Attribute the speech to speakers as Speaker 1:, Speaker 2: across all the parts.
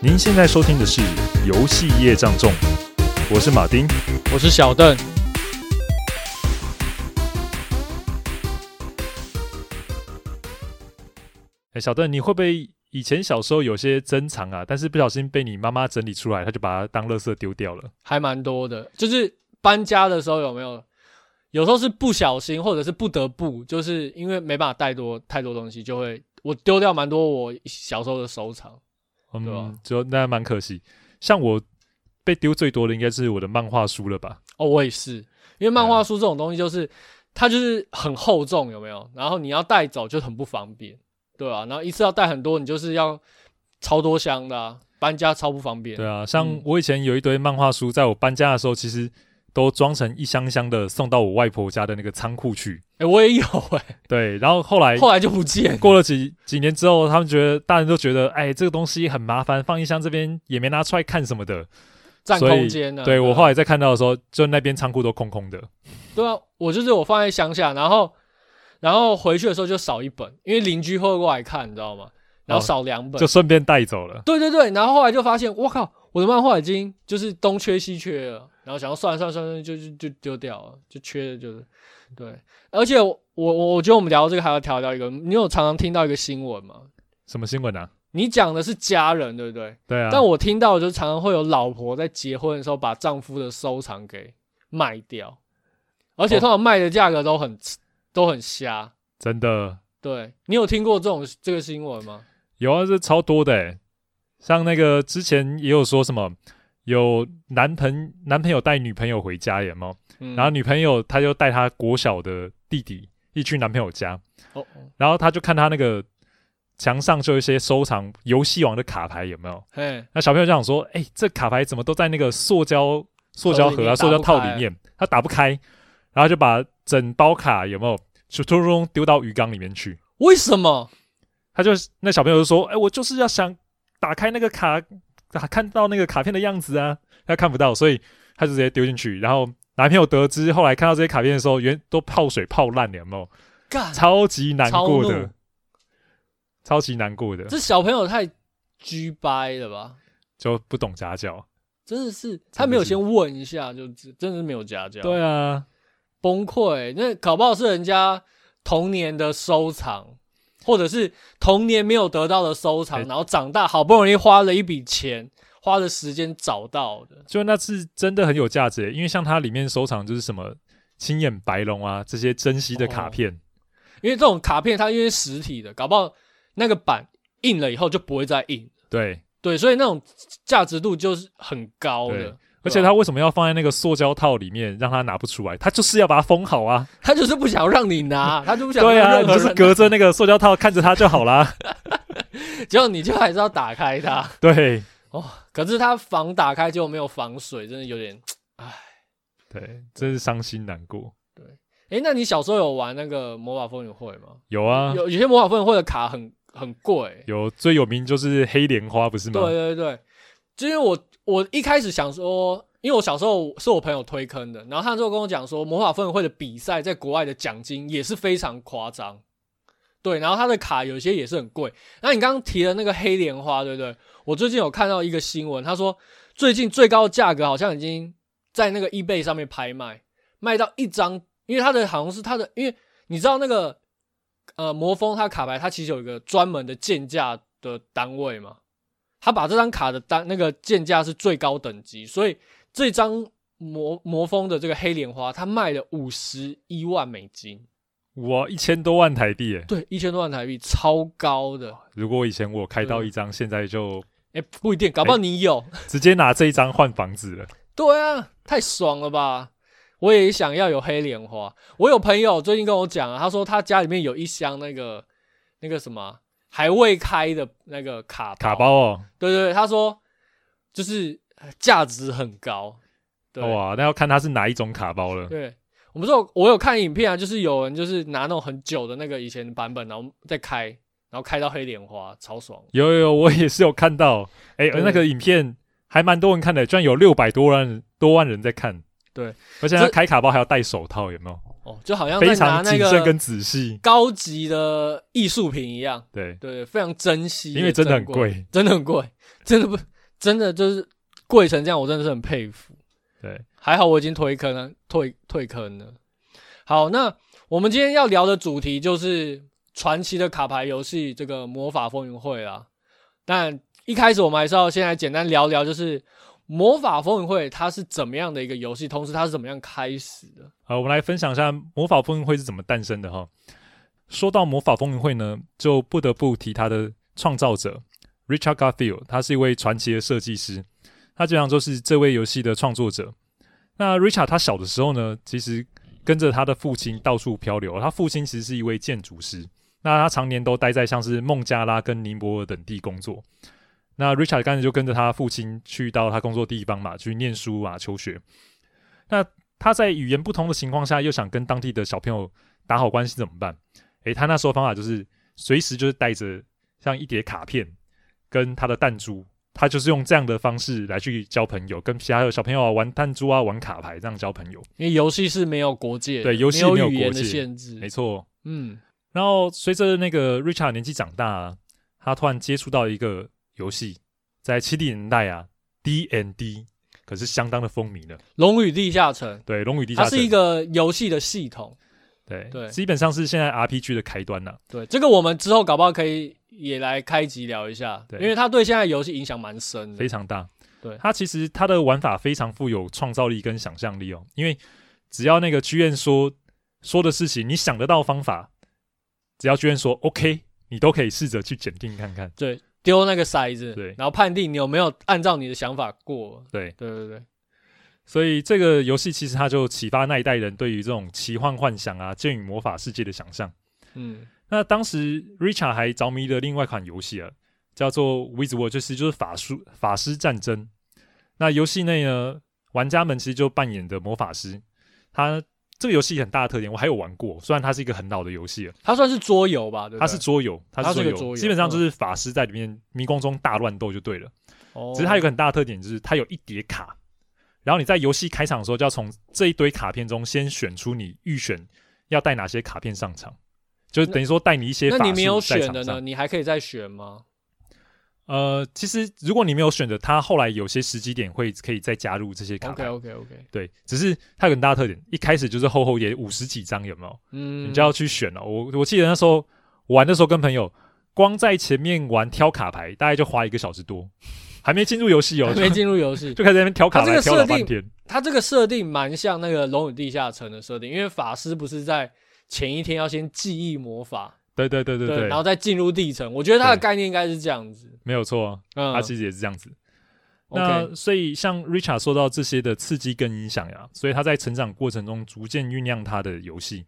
Speaker 1: 您现在收听的是《游戏业障重》，我是马丁。
Speaker 2: 我是小邓。
Speaker 1: 哎，小邓，你会不会以前小时候有些珍藏啊，但是不小心被你妈妈整理出来，她就把它当垃圾丢掉了？
Speaker 2: 还蛮多的，就是搬家的时候有没有？有时候是不小心，或者是不得不，就是因为没办法带多太多东西，就会我丢掉蛮多我小时候的收藏。对啊
Speaker 1: 嗯，就那蛮可惜。像我被丢最多的应该是我的漫画书了吧？
Speaker 2: 哦，我也是，因为漫画书这种东西就是它就是很厚重，有没有？然后你要带走就很不方便，对啊，然后一次要带很多，你就是要超多箱的、啊，搬家超不方便。
Speaker 1: 对
Speaker 2: 啊，
Speaker 1: 啊，像
Speaker 2: 嗯
Speaker 1: 我以前有一堆漫画书，在我搬家的时候，其实都装成一箱箱的送到我外婆家的那个仓库去。
Speaker 2: 哎、我也有哎、
Speaker 1: 对，然后后来
Speaker 2: 后来就不见 了。
Speaker 1: 过了几几年之后，他们觉得大人都觉得，哎，这个东西很麻烦，放一箱这边也没拿出来看什么的。
Speaker 2: 占
Speaker 1: 所以
Speaker 2: 空间呢、
Speaker 1: 对
Speaker 2: 啊
Speaker 1: 我后来再看到的时候，就那边仓库都空空的。
Speaker 2: 对啊，我就是我放在乡下，然后然后回去的时候就少一本，因为邻居会过来看，你知道吗？然后
Speaker 1: 哦
Speaker 2: 少两本，
Speaker 1: 就顺便带走了。
Speaker 2: 对对对，然后后来就发现，我靠，我的漫画已经就是东缺西缺了，然后想要算了算了算了，就就就丢掉了，就缺的就是对。而且我我我觉得我们聊到这个还要调到一个，你有常常听到一个新闻吗？
Speaker 1: 什么新闻啊？
Speaker 2: 你讲的是家人，对不对？
Speaker 1: 对啊，
Speaker 2: 但我听到的就是常常会有老婆在结婚的时候把丈夫的收藏给卖掉，而且
Speaker 1: 哦
Speaker 2: 通常卖的价格都很、都很瞎。
Speaker 1: 真的
Speaker 2: 对你有听过这种这个新闻吗？
Speaker 1: 有啊，这超多的欸。像那个之前也有说什么，有男朋男朋友带女朋友回家，有没有？
Speaker 2: 嗯，
Speaker 1: 然后女朋友她就带她国小的弟弟一起去男朋友家，
Speaker 2: 哦哦，
Speaker 1: 然后她就看他那个墙上就有一些收藏游戏王的卡牌，有没有？
Speaker 2: 嘿，
Speaker 1: 那小朋友就想说，哎、这卡牌怎么都在那个塑胶塑胶盒啊、
Speaker 2: 盒
Speaker 1: 塑
Speaker 2: 里
Speaker 1: 胶
Speaker 2: 面
Speaker 1: 套
Speaker 2: 打不开
Speaker 1: 里面，他打不开，然后就把整包卡有没有，就通通丢到鱼缸里面去。
Speaker 2: 为什么？
Speaker 1: 他就那小朋友就说：“哎、我就是要想打开那个卡，打看到那个卡片的样子啊，他看不到，所以他就直接丢进去。然后男朋友得知，后来看到这些卡片的时候，原都泡水泡烂了，有没有？
Speaker 2: 干，
Speaker 1: 超级难过
Speaker 2: 超怒
Speaker 1: 的，超级难过的，
Speaker 2: 这小朋友太居掰了吧？
Speaker 1: 就不懂家教。
Speaker 2: 真的是，他没有先问一下，就知真的是没有家教，
Speaker 1: 对啊，
Speaker 2: 崩溃、那搞不好是人家童年的收藏，或者是童年没有得到的收藏，
Speaker 1: 哎
Speaker 2: 然后长大好不容易花了一笔钱，花了时间找到的。
Speaker 1: 就那是真的很有价值耶，因为像它里面收藏就是什么青眼白龙啊这些珍稀的卡片，
Speaker 2: 哦因为这种卡片它因为实体的，搞不好那个版印了以后就不会再印，
Speaker 1: 对。”
Speaker 2: 对，啊所以那种价值度就是很高
Speaker 1: 对
Speaker 2: 的。
Speaker 1: 而且
Speaker 2: 对吧
Speaker 1: 他为什么要放在那个塑胶套里面，让他拿不出来？他就是要把它封好啊！
Speaker 2: 他就是不想让你拿，他 就不想
Speaker 1: 对
Speaker 2: 让
Speaker 1: 啊，
Speaker 2: 任
Speaker 1: 你
Speaker 2: 何
Speaker 1: 就
Speaker 2: 人
Speaker 1: 是隔着那个塑胶套看着它就好 啦。
Speaker 2: 结果你就还是要打开它。
Speaker 1: 对
Speaker 2: 可是它防打开就没有防水，真的有点。
Speaker 1: 对，真是伤心难过。
Speaker 2: 诶，那你小时候有玩那个魔法风云会吗？
Speaker 1: 有啊，
Speaker 2: 有有些魔法风云会的卡很很贵、
Speaker 1: 有最有名就是黑莲花，不是吗？
Speaker 2: 对对对，就因为我我一开始想说，因为我小时候是我朋友推坑的，然后他就跟我讲说，魔法风云会的比赛在国外的奖金也是非常夸张。对，然后他的卡有些也是很贵。那你刚刚提的那个黑莲花，对不对？我最近有看到一个新闻，他说最近最高的价格好像已经在那个 eBay 上面拍卖，卖到一张，因为它的好像是它的，因为你知道那个呃魔风它卡牌，它其实有一个专门的建价的单位嘛，他把这张卡的单那个建价是最高等级，所以这张魔魔风的这个黑莲花，它卖了五十一万美金，
Speaker 1: 哇，一千多万台币耶！
Speaker 2: 对，一千多万台币，超高的。
Speaker 1: 如果以前我开到一张，现在就
Speaker 2: 哎、不一定，搞不好你有。
Speaker 1: 直接拿这一张换房子了。
Speaker 2: 对啊，太爽了吧！我也想要有黑莲花。我有朋友最近跟我讲啊，他说他家里面有一箱那个那个什么啊还未开的那个卡
Speaker 1: 卡包哦，
Speaker 2: 对对对，他说就是呃价值很高。对，
Speaker 1: 哇，那要看它是哪一种卡包 了。
Speaker 2: 对，我们说我有看影片啊，就是有人就是拿那种很久的那个以前的版本，然后再开，然后开到黑莲花，超爽。
Speaker 1: 有有有，我也是有看 到，哎、
Speaker 2: 对
Speaker 1: 那个影片还蛮多人看的，居然有六百多万多万人在看。
Speaker 2: 对，
Speaker 1: 而且
Speaker 2: 这
Speaker 1: 他开卡包还要戴手套，有没有？
Speaker 2: 哦，就好像在
Speaker 1: 非
Speaker 2: 拿
Speaker 1: 常
Speaker 2: 那
Speaker 1: 谨慎
Speaker 2: 个
Speaker 1: 跟仔细。
Speaker 2: 高级的艺术品一样，
Speaker 1: 对，
Speaker 2: 对，非常珍惜，
Speaker 1: 因为 真的很
Speaker 2: 珍
Speaker 1: 贵。
Speaker 2: 真的很贵，真的不，真的就是贵成这样，我真的是很佩服。
Speaker 1: 对，
Speaker 2: 还好我已经退坑了，退退坑了。好，那我们今天要聊的主题就是传奇的卡牌游戏这个《魔法风云会》啦。但一开始我们还是要先来简单聊聊，就是《魔法风云会》它是怎么样的一个游戏，同时它是怎么样开始的。
Speaker 1: 好，我们来分享一下魔法风云会是怎么诞生的哈。说到魔法风云会呢，就不得不提他的创造者 Richard Garfield，他是一位传奇的设计师，他基本上就是这位游戏的创作者。那 Richard 他小的时候呢，其实跟着他的父亲到处漂流，他父亲其实是一位建筑师，那他常年都待在像是孟加拉跟尼泊尔等地工作。那 Richard 刚才就跟着他父亲去到他工作地方嘛，去念书啊、求学。他在语言不通的情况下，又想跟当地的小朋友打好关系怎么办？诶，他那时候方法就是随时就是带着像一叠卡片跟他的弹珠，他就是用这样的方式来去交朋友，跟其他的小朋友啊玩弹珠啊、玩卡牌这样交朋友。
Speaker 2: 因为游戏是没有国界的，
Speaker 1: 对游戏
Speaker 2: 没
Speaker 1: 没有
Speaker 2: 语言
Speaker 1: 国
Speaker 2: 的
Speaker 1: 界
Speaker 2: 限
Speaker 1: 没
Speaker 2: 制。
Speaker 1: 错。
Speaker 2: 嗯，
Speaker 1: 然后随着那个 Richard 年纪长大、啊，他突然接触到一个游戏，在七零年代啊，D N D 可是相当的风靡了。
Speaker 2: 《龙与地下城》
Speaker 1: 对，《龙与地下
Speaker 2: 它
Speaker 1: 城》
Speaker 2: 是一个游戏的系统。
Speaker 1: 对
Speaker 2: 对
Speaker 1: 基本上是现在 RPG 的开端呐、啊
Speaker 2: 对，这个我们之后搞不好可以也来开集聊一下，
Speaker 1: 对
Speaker 2: 因为它对现在游戏影响蛮深的
Speaker 1: 非。常大。
Speaker 2: 对
Speaker 1: 它其实它的玩法非常富有创造力跟想象力哦，因为只要那个剧院说说的事情，你想得到方法，只要剧院说 OK，你都可以试着去检定看看。
Speaker 2: 对，丢那个骰子，
Speaker 1: 对
Speaker 2: 然后判定你有没有按照你的想法过。
Speaker 1: 对，
Speaker 2: 对对对，
Speaker 1: 所以这个游戏其实它就启发那一代人对于这种奇幻幻想啊、剑与魔法世界的想象。
Speaker 2: 嗯，
Speaker 1: 那当时 Richard 还着迷了另外一款游戏啊，叫做《Wizard》，就是就是法术法师战争。那游戏内呢，玩家们其实就扮演的魔法师。他这个游戏很大的特点，我还有玩过，虽然它是一个很老的游戏了，
Speaker 2: 它算是桌游吧？对不对
Speaker 1: 它是桌游，它
Speaker 2: 它
Speaker 1: 是
Speaker 2: 是
Speaker 1: 桌
Speaker 2: 个
Speaker 1: 游，
Speaker 2: 桌游嗯
Speaker 1: 基本上就是法师在里面迷宫中大乱斗就对了。
Speaker 2: 哦
Speaker 1: 只是它有一个很大的特点，就是它有一叠卡，然后你在游戏开场的时候就要从这一堆卡片中先选出你预选要带哪些卡片上场，就是等于说带你一些
Speaker 2: 那
Speaker 1: 法
Speaker 2: 你
Speaker 1: 术
Speaker 2: 没有
Speaker 1: 在
Speaker 2: 选
Speaker 1: 场
Speaker 2: 的
Speaker 1: 上
Speaker 2: 呢？你还可以再选吗？
Speaker 1: 呃，其实如果你没有选择它，后来有些时机点会可以再加入这些卡
Speaker 2: OK
Speaker 1: 牌。
Speaker 2: OK OK，
Speaker 1: 对，只是它有很大的特点，一开始就是厚厚也五十几张，有没有？
Speaker 2: 嗯，
Speaker 1: 你就要去选了。我我记得那时候玩的时候跟朋友，光在前面玩挑卡牌，大概就花一个小时多，还没进入游戏哦，就
Speaker 2: 没进入游戏。
Speaker 1: 就开始在那边挑卡
Speaker 2: 它这
Speaker 1: 牌，
Speaker 2: 个
Speaker 1: 挑了
Speaker 2: 设
Speaker 1: 半
Speaker 2: 定
Speaker 1: 天。
Speaker 2: 它这个设定蛮像那个《龙与地下城》的设定，因为法师不是在前一天要先记忆魔法，
Speaker 1: 对对对对对，
Speaker 2: 然后再进入地城。我觉得它的
Speaker 1: 对
Speaker 2: 概念应该是这样子。
Speaker 1: 没有错，啊
Speaker 2: 嗯
Speaker 1: 它其实也是这样子。
Speaker 2: ，OK，
Speaker 1: 那所以像 Richard 受到这些的刺激跟影响呀，所以他在成长过程中逐渐酝酿他的游戏。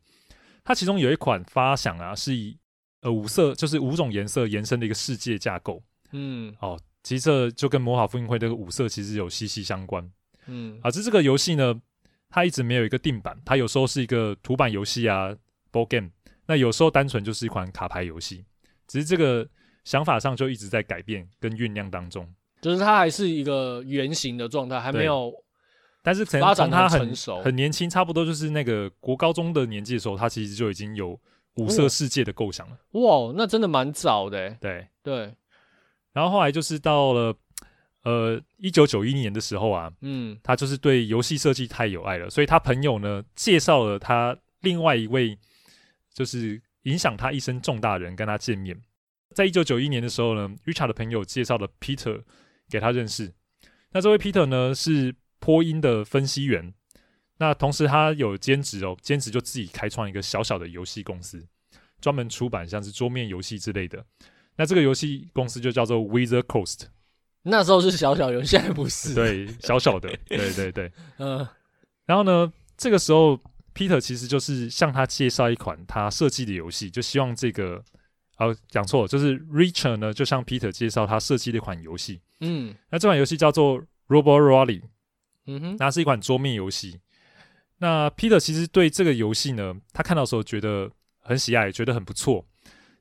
Speaker 1: 他其中有一款发想啊，是以呃五色就是五种颜色延伸的一个世界架构
Speaker 2: 嗯
Speaker 1: 哦。其实这就跟魔法复印会这个五色其实有息息相关
Speaker 2: 嗯，
Speaker 1: 啊。这这个游戏呢，它一直没有一个定版，它有时候是一个图版游戏啊 b o a game），那有时候单纯就是一款卡牌游戏。只是这个想法上就一直在改变跟酝酿当中。
Speaker 2: 就是它还是一个圆形的状态，还没
Speaker 1: 对
Speaker 2: 有
Speaker 1: 但是可能
Speaker 2: 发展
Speaker 1: 从
Speaker 2: 得
Speaker 1: 他
Speaker 2: 很
Speaker 1: 很
Speaker 2: 成熟
Speaker 1: 很年轻，差不多就是那个国高中的年纪的时候，他其实就已经有五
Speaker 2: 哦
Speaker 1: 色世界的构想了。
Speaker 2: 哇，那真的蛮早的欸。
Speaker 1: 对，
Speaker 2: 对，
Speaker 1: 然后后来就是到了呃一九九一年的时候啊，
Speaker 2: 嗯，
Speaker 1: 他就是对游戏设计太有爱了，所以他朋友呢介绍了他另外一位就是影响他一生重大的人跟他见面。在一九九一年的时候呢，Richard 的朋友介绍了 Peter 给他认识。那这位 Peter 呢是波音的分析员，那同时他有兼职哦，兼职就自己开创一个小小的游戏公司，专门出版像是桌面游戏之类的。那这个游戏公司就叫做 Wizard Coast，
Speaker 2: 那时候是小小游，现在不是。，
Speaker 1: 对，小小的，对对对。
Speaker 2: 嗯
Speaker 1: 然后呢，这个时候 Peter 其实就是向他介绍一款他设计的游戏，就希望这个，哦，讲错了，就是 Richard 呢就向 Peter 介绍他设计的一款游戏。
Speaker 2: 嗯
Speaker 1: 那这款游戏叫做 Robo Rally，
Speaker 2: 嗯哼，
Speaker 1: 那是一款桌面游戏。那 Peter 其实对这个游戏呢，他看到的时候觉得很喜爱，觉得很不错。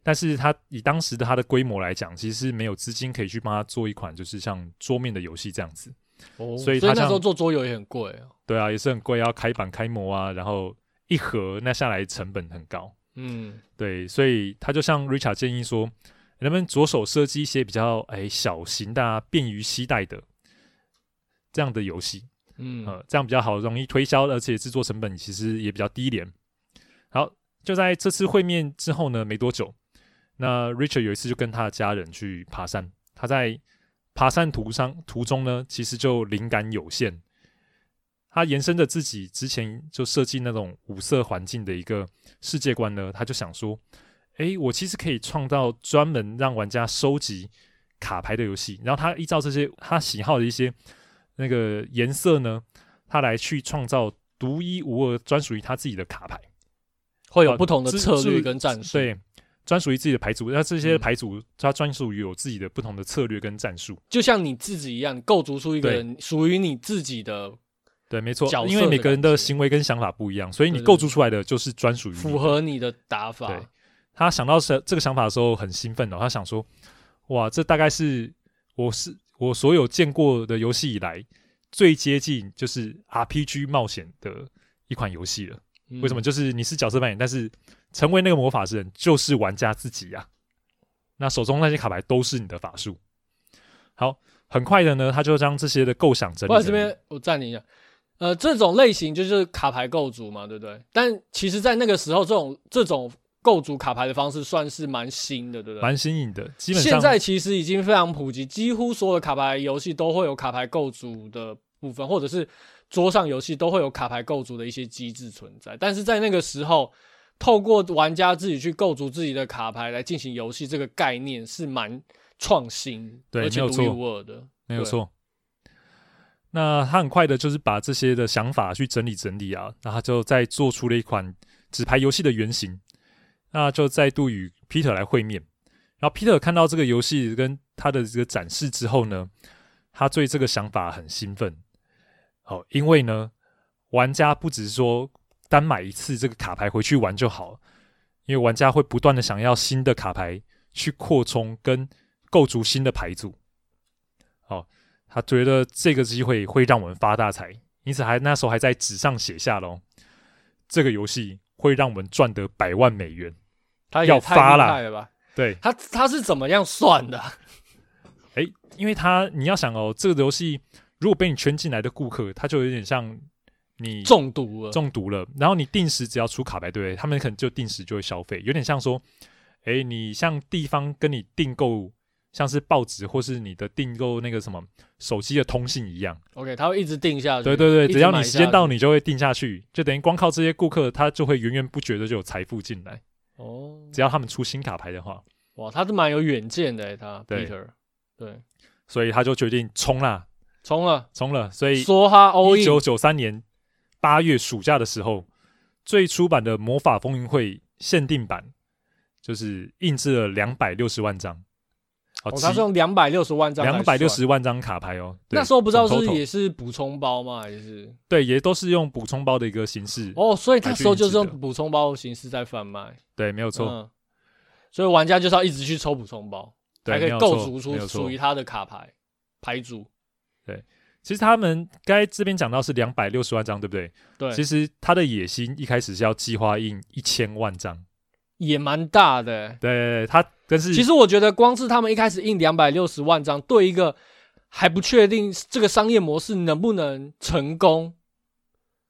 Speaker 1: 但是他以当时的他的规模来讲，其实是没有资金可以去帮他做一款就是像桌面的游戏这样子。
Speaker 2: 哦
Speaker 1: 所以
Speaker 2: 所以
Speaker 1: 它
Speaker 2: 那时
Speaker 1: 像
Speaker 2: 候做桌游也很贵啊。
Speaker 1: 对啊，也是很贵，要开板开模啊，然后一盒那下来成本很高。
Speaker 2: 嗯，
Speaker 1: 对，所以他就像 Richard 建议说，能不能着手设计一些比较哎小型的、啊、便于携带的这样的游戏，
Speaker 2: 嗯
Speaker 1: 呃，这样比较好，容易推销，而且制作成本其实也比较低廉。好，就在这次会面之后呢，没多久，那 Richard 有一次就跟他的家人去爬山，他在爬山途上途中呢，其实就灵感有限，他延伸着自己之前就设计那种五色环境的一个世界观呢，他就想说，诶，我其实可以创造专门让玩家收集卡牌的游戏，然后他依照这些他喜好的一些那个颜色呢，他来去创造独一无二、专属于他自己的卡牌。
Speaker 2: 会有
Speaker 1: 呃
Speaker 2: 不同的
Speaker 1: 之
Speaker 2: 策略
Speaker 1: 之
Speaker 2: 跟战术。
Speaker 1: 对，专属于自己的牌组。那这些
Speaker 2: 嗯
Speaker 1: 牌组，它专属于有自己的不同的策略跟战术。
Speaker 2: 就像你自己一样，你构筑出一个
Speaker 1: 对
Speaker 2: 人属于你自己的，
Speaker 1: 对，没错
Speaker 2: 角，
Speaker 1: 因
Speaker 2: 色
Speaker 1: 为
Speaker 2: 的
Speaker 1: 每个人的
Speaker 2: 感觉
Speaker 1: 行为跟想法不一样，所以你
Speaker 2: 对对
Speaker 1: 构
Speaker 2: 对
Speaker 1: 筑出来的就是专属于你的
Speaker 2: 符合你的打法
Speaker 1: 对。他想到这这个想法的时候很兴奋哦，他想说：“哇，这大概是我是我所有见过的游戏以来最接近就是 RPG 冒险的一款游戏了。”
Speaker 2: 嗯
Speaker 1: 为什么？？就是你是角色扮演，但是成为那个魔法师人就是玩家自己呀、那手中那些卡牌都是你的法术。好，很快的呢，他就将这些的构想整
Speaker 2: 不然
Speaker 1: 理
Speaker 2: 这
Speaker 1: 整理。
Speaker 2: 边我暂停一下。呃，这种类型就是卡牌构筑嘛，对不对？但其实，在那个时候，这种这种构筑卡牌的方式算是蛮新的，对不对？
Speaker 1: 蛮新颖的，基本上
Speaker 2: 现在其实已经非常普及，几乎所有的卡牌游戏都会有卡牌构筑的部分，或者是桌上游戏都会有卡牌构筑的一些机制存在。但是在那个时候，透过玩家自己去构筑自己的卡牌来进行游戏，这个概念是蛮创新，
Speaker 1: 对
Speaker 2: 而且
Speaker 1: 没有
Speaker 2: 独一
Speaker 1: 错
Speaker 2: 无二的。
Speaker 1: 没有错。那他很快的就是把这些的想法去整理整理啊，然后就再做出了一款纸牌游戏的原型。那就再度与 Peter 来会面，然后 Peter 看到这个游戏跟他的这个展示之后呢，他对这个想法很兴奋。好、因为呢，玩家不只是说单买一次这个卡牌回去玩就好，因为玩家会不断的想要新的卡牌去扩充跟构筑新的牌组。哦，他觉得这个机会会让我们发大财，因此还那时候还在纸上写下喽，这个游戏会让我们赚得百万美元。
Speaker 2: 他
Speaker 1: 要
Speaker 2: 也太
Speaker 1: 发
Speaker 2: 厉
Speaker 1: 啦
Speaker 2: 害了吧？
Speaker 1: 对，
Speaker 2: 他他是怎么样算的啊？
Speaker 1: 诶，因为他你要想哦，这个游戏如果被你圈进来的顾客，他就有点像你
Speaker 2: 中毒 了，
Speaker 1: 中毒了，然后你定时只要出卡牌，对不对？他们可能就定时就会消费，有点像说，诶，你像地方跟你订购，像是报纸或是你的订购那个什么手机的通信一样，
Speaker 2: OK，他会一直定下去。
Speaker 1: 对对对，
Speaker 2: 一直
Speaker 1: 只要
Speaker 2: 买
Speaker 1: 你时
Speaker 2: 下
Speaker 1: 间
Speaker 2: 去
Speaker 1: 到，你就会定下去，就等于光靠这些顾客，他就会源源不绝的就有财富进来，
Speaker 2: 哦，
Speaker 1: 只要他们出新卡牌的话，
Speaker 2: 哇，他是蛮有远见的欸，他
Speaker 1: 对
Speaker 2: Peter，对，
Speaker 1: 所以他就决定冲啦，
Speaker 2: 冲了。
Speaker 1: 冲了，所以
Speaker 2: 说哈欧
Speaker 1: 一
Speaker 2: 印
Speaker 1: 九九三年八月暑假的时候，最出版的《魔法风云会》限定版，就是印制了两百六十万张，好
Speaker 2: 哦，他是用两百六十万张来
Speaker 1: 两
Speaker 2: 算，
Speaker 1: 百六十万张卡牌哦。对
Speaker 2: 那时候不知道
Speaker 1: 总
Speaker 2: 是
Speaker 1: total
Speaker 2: 也是补充包吗？还是
Speaker 1: 对，也都是用补充包的一个形式。
Speaker 2: 哦，所以那时候就是
Speaker 1: 还去印制
Speaker 2: 用补充包的形式在贩卖，
Speaker 1: 对，没有错，
Speaker 2: 嗯，所以玩家就是要一直去抽补充包，
Speaker 1: 对，
Speaker 2: 才可
Speaker 1: 没
Speaker 2: 以
Speaker 1: 有
Speaker 2: 构
Speaker 1: 错
Speaker 2: 筑
Speaker 1: 没
Speaker 2: 出
Speaker 1: 有
Speaker 2: 属
Speaker 1: 错
Speaker 2: 于他的卡牌牌组。
Speaker 1: 其实他们该这边讲到是两百六十万张，对不对？
Speaker 2: 对，
Speaker 1: 其实他的野心一开始是要计划印一千万张，
Speaker 2: 也蛮大的欸。
Speaker 1: 对，他但是
Speaker 2: 其实我觉得，光是他们一开始印两百六十万张，对一个还不确定这个商业模式能不能成功，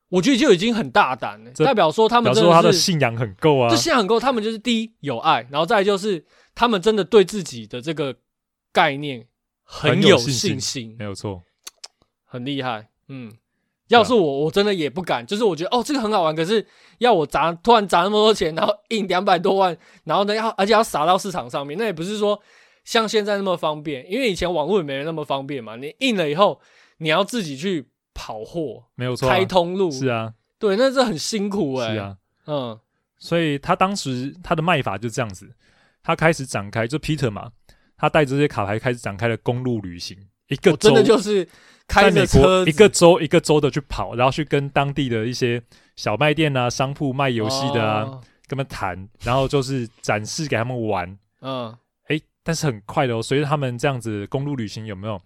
Speaker 2: 我觉得就已经很大胆了，
Speaker 1: 这
Speaker 2: 代表说他们
Speaker 1: 表示
Speaker 2: 真
Speaker 1: 说他的
Speaker 2: 是
Speaker 1: 信仰很够啊
Speaker 2: 这，信仰很够，他们就是第一有爱，然后再来就是他们真的对自己的这个概念很
Speaker 1: 很有
Speaker 2: 信
Speaker 1: 信
Speaker 2: 心，
Speaker 1: 没有错。
Speaker 2: 很厉害。嗯，
Speaker 1: 啊
Speaker 2: 要是我，我真的也不敢。就是我觉得哦，这个很好玩，可是要我砸突然砸那么多钱，然后印两百多万，然后呢要而且要撒到市场上面，那也不是说像现在那么方便，因为以前网络也没那么方便嘛。你印了以后，你要自己去跑货、
Speaker 1: 没有错啊、
Speaker 2: 开通路，
Speaker 1: 是啊，
Speaker 2: 对，那是很辛苦哎、
Speaker 1: 是啊，
Speaker 2: 嗯，
Speaker 1: 所以他当时他的卖法就这样子，他开始展开，就 Peter 嘛，他带着这些卡牌开始展开了公路旅行，一个哦
Speaker 2: 我真
Speaker 1: 州
Speaker 2: 的就是开
Speaker 1: 在
Speaker 2: 着
Speaker 1: 美
Speaker 2: 车
Speaker 1: 国
Speaker 2: 子
Speaker 1: 一个州一个州的去跑，然后去跟当地的一些小卖店啊、商铺卖游戏的啊、
Speaker 2: 哦
Speaker 1: 跟他们谈，然后就是展示给他们玩。
Speaker 2: 嗯，
Speaker 1: 哦诶，但是很快的哦，随着他们这样子公路旅行有没有？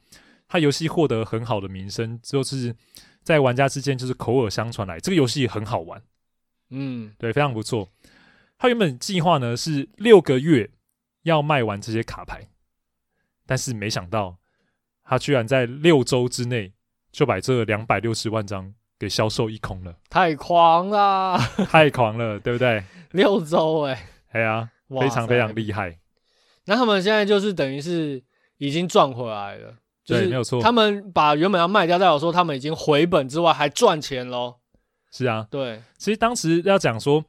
Speaker 1: 它游戏获得很好的名声，就是在玩家之间就是口耳相传来，这个游戏很好玩，
Speaker 2: 嗯，
Speaker 1: 对，非常不错。它原本计划呢是六个月要卖完这些卡牌，但是没想到它居然在六周之内就把这两百六十万张给销售一空了，
Speaker 2: 太狂啦，
Speaker 1: 太狂了，对不对？
Speaker 2: 六周哎、
Speaker 1: 哎呀，
Speaker 2: 哇
Speaker 1: 非常非常
Speaker 2: 塞
Speaker 1: 厉害。
Speaker 2: 那他们现在就是等于是已经赚回来了，就
Speaker 1: 对
Speaker 2: 是
Speaker 1: 没有错
Speaker 2: 他们把原本要卖掉，代表说他们已经回本之外还赚钱喽。
Speaker 1: 是啊，
Speaker 2: 对，
Speaker 1: 其实当时要讲说，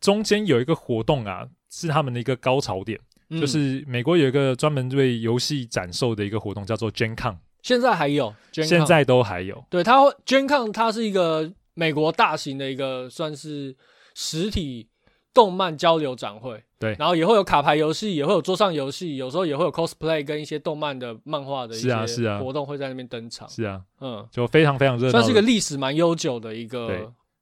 Speaker 1: 中间有一个活动啊，是他们的一个高潮点，
Speaker 2: 嗯
Speaker 1: 就是美国有一个专门为游戏展售的一个活动，叫做 Gen Con，
Speaker 2: 现在还有 Gen
Speaker 1: 现
Speaker 2: Con
Speaker 1: 在都还有。
Speaker 2: 对它 GenCon 它是一个美国大型的一个算是实体动漫交流展会，
Speaker 1: 对
Speaker 2: 然后也会有卡牌游戏，也会有桌上游戏，有时候也会有 cosplay 跟一些动漫的漫画的一
Speaker 1: 是啊是
Speaker 2: 些
Speaker 1: 啊
Speaker 2: 活动会在那边登场，
Speaker 1: 是啊，
Speaker 2: 嗯，
Speaker 1: 就非常非常热闹
Speaker 2: 算是一个
Speaker 1: 的。
Speaker 2: 历史蛮悠久的一
Speaker 1: 对
Speaker 2: 个，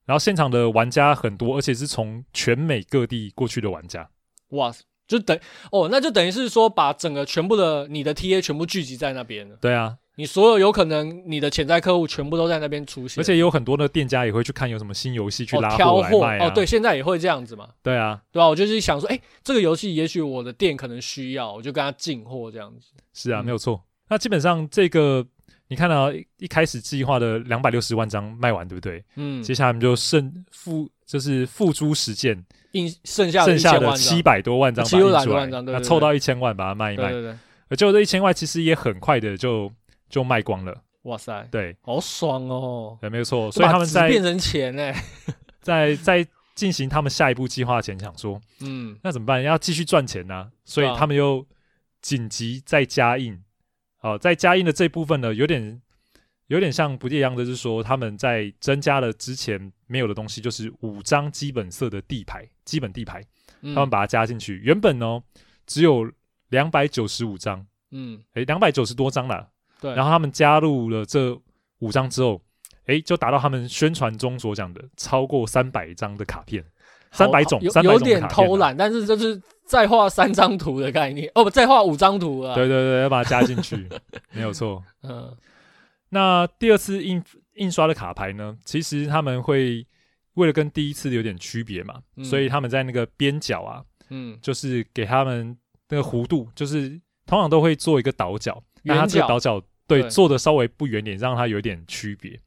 Speaker 1: 然后现场的玩家很多，而且是从全美各地过去的玩家。
Speaker 2: 哇，就等哦，那就等于是说把整个全部的你的 TA 全部聚集在那边了，
Speaker 1: 对啊，
Speaker 2: 你所有有可能你的潜在客户全部都在那边出现，
Speaker 1: 而且有很多的店家也会去看有什么新游戏去
Speaker 2: 哦
Speaker 1: 拉
Speaker 2: 挑
Speaker 1: 来
Speaker 2: 货
Speaker 1: 卖啊。
Speaker 2: 哦，对，现在也会这样子嘛，
Speaker 1: 对啊，
Speaker 2: 对啊，我就是想说，哎、这个游戏也许我的店可能需要，我就跟他进货这样子。
Speaker 1: 是啊，
Speaker 2: 嗯
Speaker 1: 没有错。那基本上这个你看到、一一开始计划的两百六十万张卖完，对不对？
Speaker 2: 嗯，
Speaker 1: 接下来我们就剩付就是付诸实践，
Speaker 2: 印剩下的
Speaker 1: 剩
Speaker 2: 一
Speaker 1: 下
Speaker 2: 千
Speaker 1: 的
Speaker 2: 万
Speaker 1: 七
Speaker 2: 张，
Speaker 1: 百多万张把它
Speaker 2: 700
Speaker 1: 印出
Speaker 2: 多
Speaker 1: 来，
Speaker 2: 万张对
Speaker 1: 那
Speaker 2: 对
Speaker 1: 凑
Speaker 2: 对
Speaker 1: 到一千万把它卖一
Speaker 2: 对
Speaker 1: 卖，
Speaker 2: 对对，
Speaker 1: 而就这一千万其实也很快的就就卖光了，
Speaker 2: 哇塞，
Speaker 1: 对
Speaker 2: 好爽哦！
Speaker 1: 对，没有错。所以他们
Speaker 2: 把纸
Speaker 1: 在
Speaker 2: 变成钱哎、
Speaker 1: 在在进行他们下一步计划前，想说
Speaker 2: 嗯，
Speaker 1: 那怎么办？要继续赚钱呐、所以
Speaker 2: 对啊
Speaker 1: 他们又紧急再加印，好、在加印的这部分呢，有点有点像不一样的，就是说他们在增加了之前没有的东西，就是五张基本色的地牌，基本地牌。
Speaker 2: 嗯
Speaker 1: 他们把它加进去。原本哦只有两百九十五张，
Speaker 2: 嗯，
Speaker 1: 诶，两百九十多张啦。
Speaker 2: 对，
Speaker 1: 然后他们加入了这五张之后，诶，就达到他们宣传中所讲的超过三百张的卡片，三百种
Speaker 2: 有，
Speaker 1: 三百
Speaker 2: 有
Speaker 1: 种的
Speaker 2: 点
Speaker 1: 卡片啊
Speaker 2: 偷。懒，但是就是再画三张图的概念，哦不，再画五张图啊。
Speaker 1: 对对对，要把它加进 去，没有错。
Speaker 2: 嗯，
Speaker 1: 那第二次印印刷的卡牌呢，其实他们会为了跟第一次有点区别嘛，
Speaker 2: 嗯
Speaker 1: 所以他们在那个边角啊，
Speaker 2: 嗯
Speaker 1: 就是给他们那个弧度，就是通常都会做一个倒角，
Speaker 2: 圆
Speaker 1: 那它这个
Speaker 2: 角
Speaker 1: 倒角对
Speaker 2: 对
Speaker 1: 做的稍微不圆点，让它有点区别。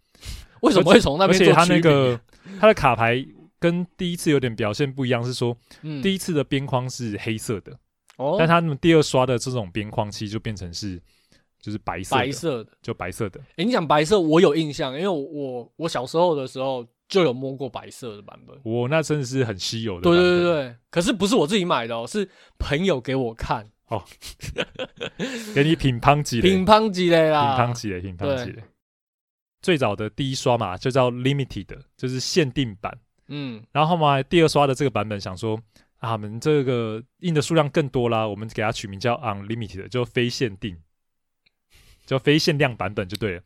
Speaker 2: 为什么会从那
Speaker 1: 而
Speaker 2: 边
Speaker 1: 且
Speaker 2: 做
Speaker 1: 它
Speaker 2: 区
Speaker 1: 那
Speaker 2: 别？
Speaker 1: 个 它的卡牌跟第一次有点表现不一样，是说
Speaker 2: 嗯，
Speaker 1: 第一次的边框是黑色的，
Speaker 2: 哦，
Speaker 1: 但他们第二刷的这种边框其实就变成是就是白色的，
Speaker 2: 白色的。
Speaker 1: 就白色的。
Speaker 2: 哎、你讲白色，我有印象，因为我我我小时候的时候就有摸过白色的版本。
Speaker 1: 我那真的是很稀有的版
Speaker 2: 对
Speaker 1: 本，
Speaker 2: 对对对，可是不是我自己买的哦，是朋友给我看，
Speaker 1: 给你品乓级嘞，品
Speaker 2: 乒乓机嘞啦，
Speaker 1: 乓级嘞，品乓级
Speaker 2: 对
Speaker 1: 嘞。最早的第一刷嘛，就叫 limited，就是限定版。
Speaker 2: 嗯
Speaker 1: 然后嘛，第二刷的这个版本想说啊，我们这个印的数量更多啦，我们给它取名叫 unlimited，就非限定，就非限量版本就对了。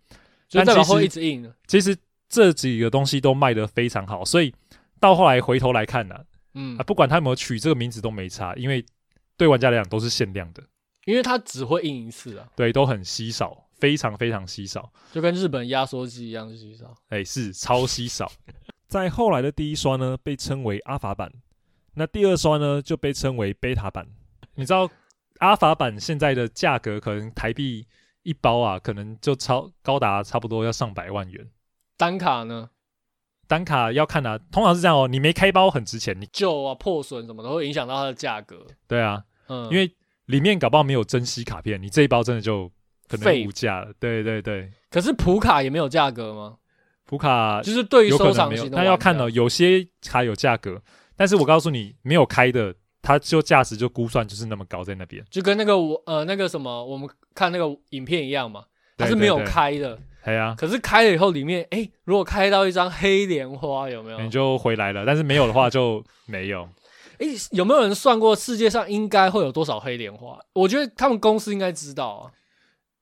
Speaker 2: 所
Speaker 1: 但
Speaker 2: 以代表
Speaker 1: 其实
Speaker 2: 会一直印了，
Speaker 1: 其实这几个东西都卖得非常好，所以到后来回头来看呢、啊，
Speaker 2: 嗯，
Speaker 1: 不管他有没有取这个名字都没差，因为对玩家来讲都是限量的，
Speaker 2: 因为它只会印一次啊，
Speaker 1: 对，都很稀少，非常非常稀少。
Speaker 2: 就跟日本压缩机一样稀少。
Speaker 1: 哎，是超稀少，
Speaker 3: 在后来的第一刷呢，被称为阿法版；那第二刷呢，就被称为贝塔版。
Speaker 1: 你知道阿法版现在的价格可能台币一包啊，可能就超高达差不多要上百万元。
Speaker 2: 单卡呢，
Speaker 1: 单卡要看啊，通常是这样哦，你没开包很值钱，你
Speaker 2: 旧啊、破损什么的会影响到它的价格，
Speaker 1: 对啊，
Speaker 2: 嗯，
Speaker 1: 因为里面搞不好没有珍稀卡片，你这一包真的就可能
Speaker 2: 废
Speaker 1: 无价了。对对对，
Speaker 2: 可是普卡也没有价格吗？
Speaker 1: 普卡
Speaker 2: 就是对于
Speaker 1: 啊有可
Speaker 2: 收
Speaker 1: 能
Speaker 2: 藏
Speaker 1: 没有，
Speaker 2: 型的玩
Speaker 1: 但
Speaker 2: 家，
Speaker 1: 要看哦，有些卡有价格，但是我告诉你，没有开的，它就价值就估算就是那么高在那边。
Speaker 2: 就跟那个我呃那个什么我们看那个影片一样嘛，它
Speaker 1: 对
Speaker 2: 是
Speaker 1: 对
Speaker 2: 没有
Speaker 1: 对
Speaker 2: 开的，
Speaker 1: 哎呀、
Speaker 2: 可是开了以后里面，哎、如果开到一张黑莲花，有没有？
Speaker 1: 你就回来了，但是没有的话就没有。
Speaker 2: 诶，有没有人算过世界上应该会有多少黑莲花？我觉得他们公司应该知道啊，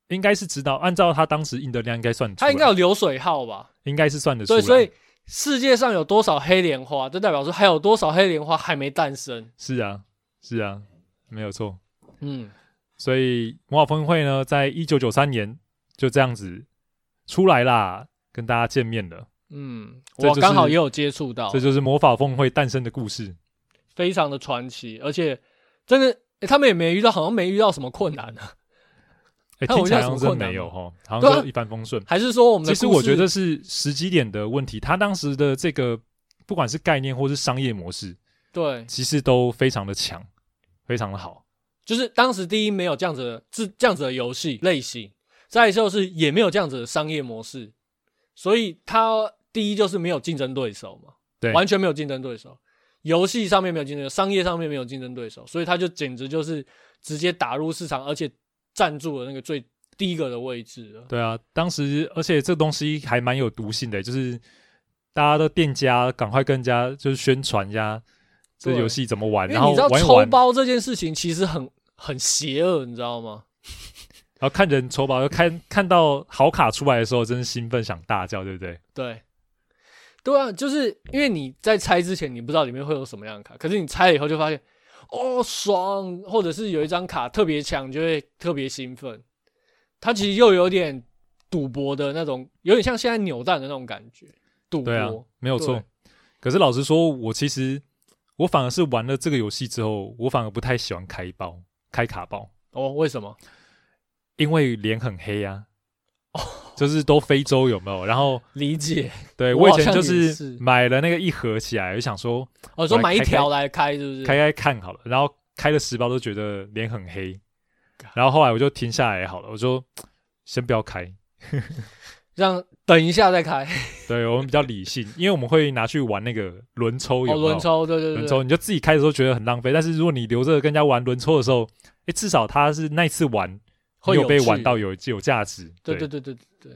Speaker 1: 应该是知道，按照他当时印的量应该算得出来，
Speaker 2: 他应该有流水号吧？
Speaker 1: 应该是算得出来。
Speaker 2: 对，所以世界上有多少黑莲花，就代表说还有多少黑莲花还没诞生。
Speaker 1: 是啊，是啊，没有错。
Speaker 2: 嗯，
Speaker 1: 所以魔法峰会呢，在一九九三年就这样子出来啦，跟大家见面了。
Speaker 2: 嗯，
Speaker 1: 这
Speaker 2: 我
Speaker 1: 就是
Speaker 2: 刚好也有接触到，
Speaker 1: 这就是魔法峰会诞生的故事。
Speaker 2: 非常的传奇，而且真的、诶他们也没遇到，好像没遇到什么困难啊。
Speaker 1: 哎、
Speaker 2: 那我
Speaker 1: 听起来
Speaker 2: 遇到
Speaker 1: 好
Speaker 2: 什
Speaker 1: 像
Speaker 2: 么
Speaker 1: 真
Speaker 2: 困难
Speaker 1: 没有
Speaker 2: 吗
Speaker 1: 哈，好
Speaker 2: 对
Speaker 1: 像
Speaker 2: 啊
Speaker 1: 就一帆风顺。
Speaker 2: 还是说我们的
Speaker 1: 其实我
Speaker 2: 故事
Speaker 1: 觉得是时机点的问题，他当时的这个不管是概念或是商业模式，
Speaker 2: 对，
Speaker 1: 其实都非常的强，非常的好。
Speaker 2: 就是当时第一没有这样子的这这样子的游戏类型，再来就是也没有这样子的商业模式，所以它第一就是没有竞争对手嘛，
Speaker 1: 对
Speaker 2: 完全没有竞争对手，游戏上面没有竞争对手，商业上面没有竞争对手，所以它就简直就是直接打入市场，而且占住了那个最第一个的位置了。
Speaker 1: 对啊，当时而且这东西还蛮有毒性的，就是大家的店家赶快跟人家就是宣传一下这
Speaker 2: 对
Speaker 1: 游戏怎么玩，
Speaker 2: 因
Speaker 1: 然
Speaker 2: 为
Speaker 1: 后
Speaker 2: 你知道
Speaker 1: 玩一
Speaker 2: 抽
Speaker 1: 玩，然
Speaker 2: 包这件事情其实很很邪恶，你知道吗？
Speaker 1: 后看人抽吧，就看看到好卡出来的时候，真是兴奋想大叫，对不对？
Speaker 2: 对，对啊，就是因为你在拆之前，你不知道里面会有什么样的卡，可是你拆了以后就发现，哦，爽，或者是有一张卡特别强，你就会特别兴奋。它其实又有点赌博的那种，有点像现在扭蛋的那种感觉，赌博。
Speaker 1: 对啊，没有错
Speaker 2: 对。
Speaker 1: 可是老实说，我其实我反而是玩了这个游戏之后，我反而不太喜欢开包、开卡包，
Speaker 2: 哦，为什么？
Speaker 1: 因为脸很黑啊。
Speaker 2: 哦
Speaker 1: 就是都非洲有没有？然 后
Speaker 2: 理解。
Speaker 1: 对
Speaker 2: 我
Speaker 1: 我以
Speaker 2: 好
Speaker 1: 前
Speaker 2: 像
Speaker 1: 就
Speaker 2: 也
Speaker 1: 是
Speaker 2: 是
Speaker 1: 买了那个一盒起来，就想说
Speaker 2: 哦，说
Speaker 1: 来
Speaker 2: 买一
Speaker 1: 开开
Speaker 2: 条来开，是不是？
Speaker 1: 开开看好了，然后开了十包都觉得脸很黑，然后后来我就停下来好了，我说先不要开，
Speaker 2: 让等一下再开。
Speaker 1: 对我们比较理性，因为我们会拿去玩那个轮抽有没
Speaker 2: 哦，
Speaker 1: 有
Speaker 2: 轮抽，对对对
Speaker 1: 轮
Speaker 2: 对，
Speaker 1: 抽，你就自己开的时候觉得很浪费，但是如果你留着跟人家玩轮抽的时候，哎，至少他是那一次玩
Speaker 2: 会
Speaker 1: 你有被
Speaker 2: 趣
Speaker 1: 玩到有有价值，
Speaker 2: 对
Speaker 1: 对
Speaker 2: 对对对对，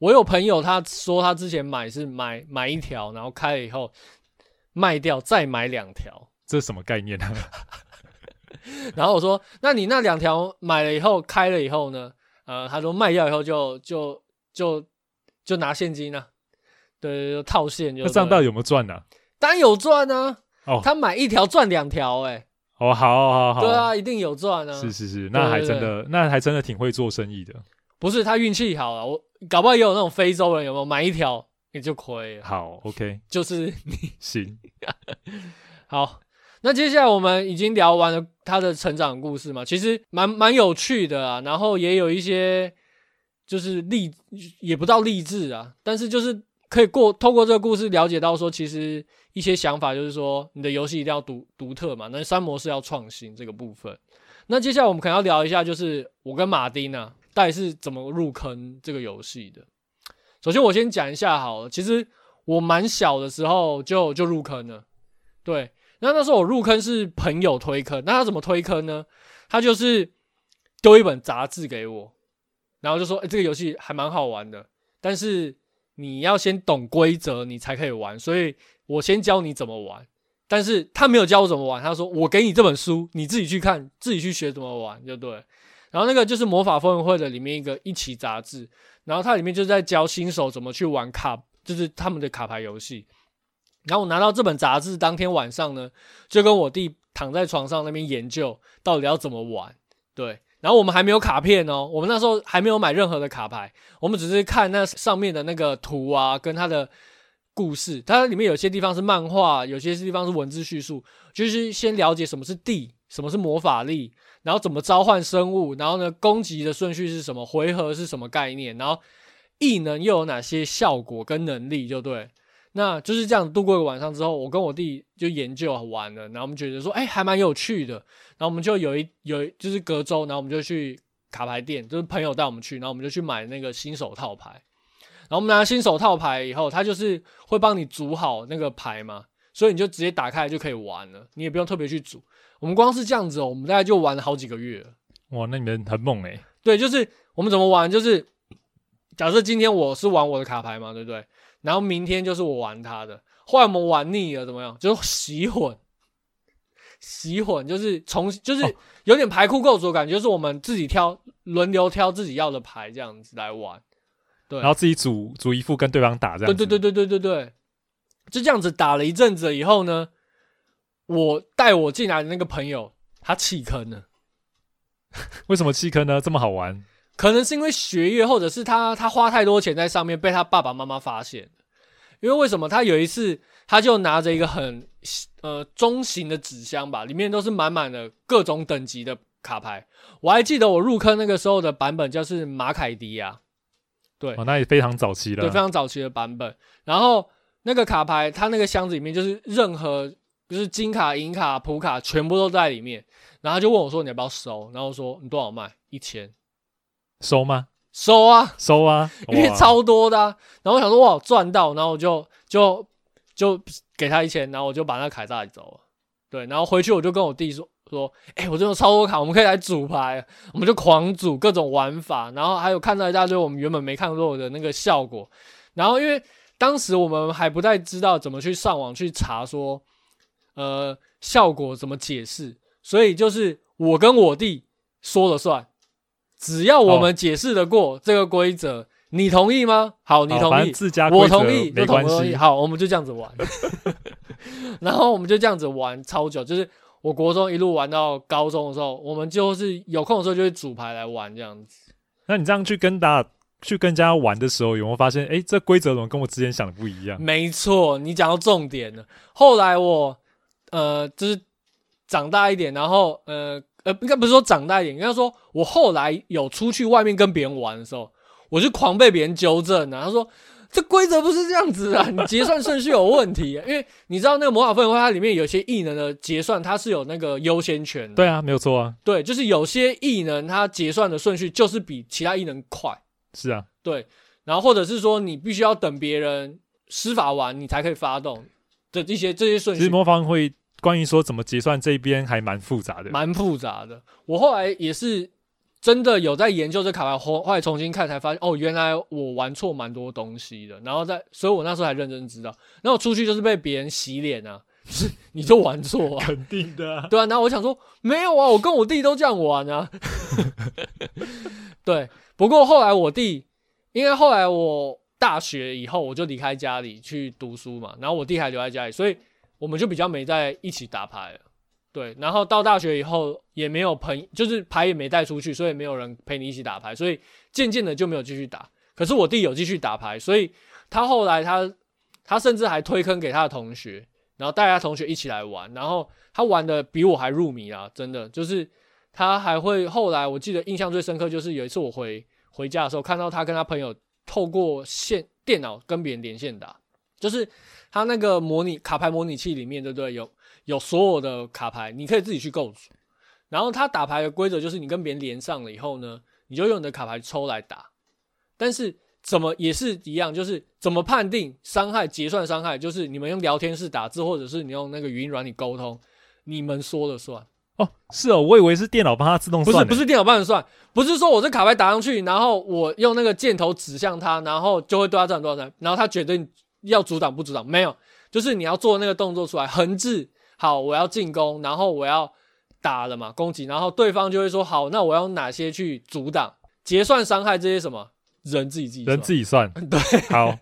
Speaker 2: 我有朋友他说他之前买是买买一条，然后开了以后卖掉再买两条，
Speaker 1: 这是什么概念啊？
Speaker 2: 然后我说那你那两条买了以后开了以后呢？呃，他说卖掉以后就就就就拿现金啊，对对对，套现就
Speaker 1: 那这样到
Speaker 2: 对
Speaker 1: 底有没有赚呢、啊
Speaker 2: 当然有赚啊，
Speaker 1: 哦
Speaker 2: 他买一条赚两条，哎，
Speaker 1: 哦，好好好，
Speaker 2: 对啊，一定有赚啊，
Speaker 1: 是是是，那还真的，那还真的挺会做生意的。
Speaker 2: 不是他运气好啊了，我搞不好也有那种非洲人有没有买一条你就亏了，
Speaker 1: 好，OK，
Speaker 2: 就是
Speaker 1: 行，
Speaker 2: 好，那接下来我们已经聊完了他的成长故事嘛，其实蛮蛮有趣的啊，然后也有一些就是励，也不到励志啊，但是就是可以过透过这个故事了解到说，其实一些想法就是说，你的游戏一定要独独特嘛，那三模式要创新这个部分。那接下来我们可能要聊一下，就是我跟马丁啊，到底是怎么入坑这个游戏的。首先我先讲一下好了，其实我蛮小的时候就就入坑了，对，那那时候我入坑是朋友推坑，那他怎么推坑呢？他就是丢一本杂志给我，然后就说：“哎、这个游戏还蛮好玩的，但是你要先懂规则，你才可以玩。所以我先教你怎么玩。”但是他没有教我怎么玩，他说：“我给你这本书，你自己去看，自己去学怎么玩，就对了。”然后那个就是《魔法风云会》的里面一个一期杂志，然后它里面就是在教新手怎么去玩卡，就是他们的卡牌游戏。然后我拿到这本杂志当天晚上呢，就跟我弟躺在床上那边研究到底要怎么玩。对，然后我们还没有卡片哦，我们那时候还没有买任何的卡牌，我们只是看那上面的那个图啊，跟它的故事。它里面有些地方是漫画，有些地方是文字叙述，就是先了解什么是地，什么是魔法力，然后怎么召唤生物，然后呢攻击的顺序是什么，回合是什么概念，然后异能又有哪些效果跟能力，就对。那就是这样度过一个晚上之后，我跟我弟就研究完了，然后我们觉得说，哎、还蛮有趣的。然后我们就有一有一就是隔周，然后我们就去卡牌店，就是朋友带我们去，然后我们就去买那个新手套牌。然后我们拿新手套牌以后，他就是会帮你组好那个牌嘛，所以你就直接打开来就可以玩了，你也不用特别去组。我们光是这样子哦，我们大概就玩了好几个月了。
Speaker 1: 哇，那你们很猛哎、
Speaker 2: 对，就是我们怎么玩，就是假设今天我是玩我的卡牌嘛，对不对？然后明天就是我玩他的，后来我们玩腻了，怎么样？就是洗混，洗混就是重，
Speaker 1: 哦
Speaker 2: 就是有点牌库构筑的感觉，就是我们自己挑，轮流挑自己要的牌这样子来玩。对
Speaker 1: 然后自己组组一副跟对方打这样
Speaker 2: 对
Speaker 1: 子，
Speaker 2: 对对对对对对，就这样子打了一阵子以后呢，我带我进来的那个朋友他弃坑了。
Speaker 1: 为什么弃坑呢？这么好玩？
Speaker 2: 可能是因为学业，或者是他他花太多钱在上面，被他爸爸妈妈发现。因为为什么他有一次他就拿着一个很呃中型的纸箱吧，里面都是满满的各种等级的卡牌。我还记得我入坑那个时候的版本就是马凯迪亚，对
Speaker 1: 哦，那也非常早期了，
Speaker 2: 对，非常早期的版本。然后那个卡牌，它那个箱子里面就是任何就是金卡、银卡、普卡全部都在里面。然后他就问我说：“你要不要收？”然后我说：“你多少卖？一千，
Speaker 1: 收吗？
Speaker 2: 收啊。”
Speaker 1: 收啊，
Speaker 2: 因为
Speaker 1: 哇
Speaker 2: 超多的、啊。然后我想说，哇，我赚到，然后我就就就给他一千，然后我就把那卡带走了。对，然后回去我就跟我弟说说，哎、我这有超多卡，我们可以来组牌，我们就狂组各种玩法，然后还有看到一大堆我们原本没看过的那个效果。然后因为当时我们还不太知道怎么去上网去查说，呃，效果怎么解释，所以就是我跟我弟说了算。只要我们解释得过这个规则，你同意吗？好，你
Speaker 1: 好
Speaker 2: 同
Speaker 1: 反正
Speaker 2: 意，
Speaker 1: 自家
Speaker 2: 我
Speaker 1: 规则
Speaker 2: 同意，
Speaker 1: 没
Speaker 2: 就同
Speaker 1: 关
Speaker 2: 意。
Speaker 1: 系。
Speaker 2: 好，我们就这样 子玩，然后我们就这样子玩超久，就是我国中一路玩到高中的时候，我们就是有空的时候就会组牌来玩这样子。
Speaker 1: 那你这样去跟大家去跟人家玩的时候，有没有发现，哎，这规则怎么跟我之前想的不一样？
Speaker 2: 没错，你讲到重点了。后来我呃，就是长大一点，然后呃呃，应该不是说长大一点，应该说我后来有出去外面跟别人玩的时候，我就狂被别人纠正啊。他说这规则不是这样子的，你结算顺序有问题啊。因为你知道那个魔法分会，它里面有些异能的结算，它是有那个优先权的。
Speaker 1: 对啊，没有错啊，
Speaker 2: 对，就是有些异能它结算的顺序就是比其他异能快。
Speaker 1: 是啊，
Speaker 2: 对，然后或者是说你必须要等别人施法完，你才可以发动的一些这些顺
Speaker 1: 其实
Speaker 2: 序，
Speaker 1: 魔方会关于说怎么结算这一边还蛮复杂的。
Speaker 2: 蛮复杂的。我后来也是真的有在研究这卡牌，后后来重新看才发现，哦，原来我玩错蛮多东西的。然后在，所以我那时候才认真知道。然后我出去就是被别人洗脸啊，就是你就玩错啊，
Speaker 1: 肯定的、啊，
Speaker 2: 对啊，然后我想说，没有啊，我跟我弟都这样玩啊。 对，不过后来我弟，因为后来我大学以后我就离开家里去读书嘛，然后我弟还留在家里，所以我们就比较没在一起打牌了。对，然后到大学以后也没有朋，就是牌也没带出去，所以没有人陪你一起打牌，所以渐渐的就没有继续打。可是我弟有继续打牌，所以他后来他他甚至还推坑给他的同学，然后带他同学一起来玩，然后他玩的比我还入迷啊，真的就是他还会后来我记得印象最深刻就是有一次我回回家的时候看到他跟他朋友透过线电脑跟别人连线打，就是他那个模拟卡牌模拟器里面对不对有有所有的卡牌，你可以自己去构筑，然后他打牌的规则就是你跟别人连上了以后呢，你就用你的卡牌抽来打，但是。怎么也是一样，就是怎么判定伤害、结算伤害，就是你们用聊天室打字，或者是你用那个语音软体沟通，你们说了算，
Speaker 1: 哦，是哦，我以为是电脑帮他自动
Speaker 2: 不
Speaker 1: 算欸
Speaker 2: 是
Speaker 1: 呢，
Speaker 2: 不是电脑帮你算，不是说我这卡牌打上去，然后我用那个箭头指向他，然后就会对他造成多少伤害，然后他决定要阻挡不阻挡，没有，就是你要做那个动作出来，横置，好，我要进攻，然后我要打了嘛，攻击，然后对方就会说好，那我要用哪些去阻挡、结算伤害这些什么，人自己自己
Speaker 1: 人自
Speaker 2: 己
Speaker 1: 己算。
Speaker 2: 对，
Speaker 1: 好，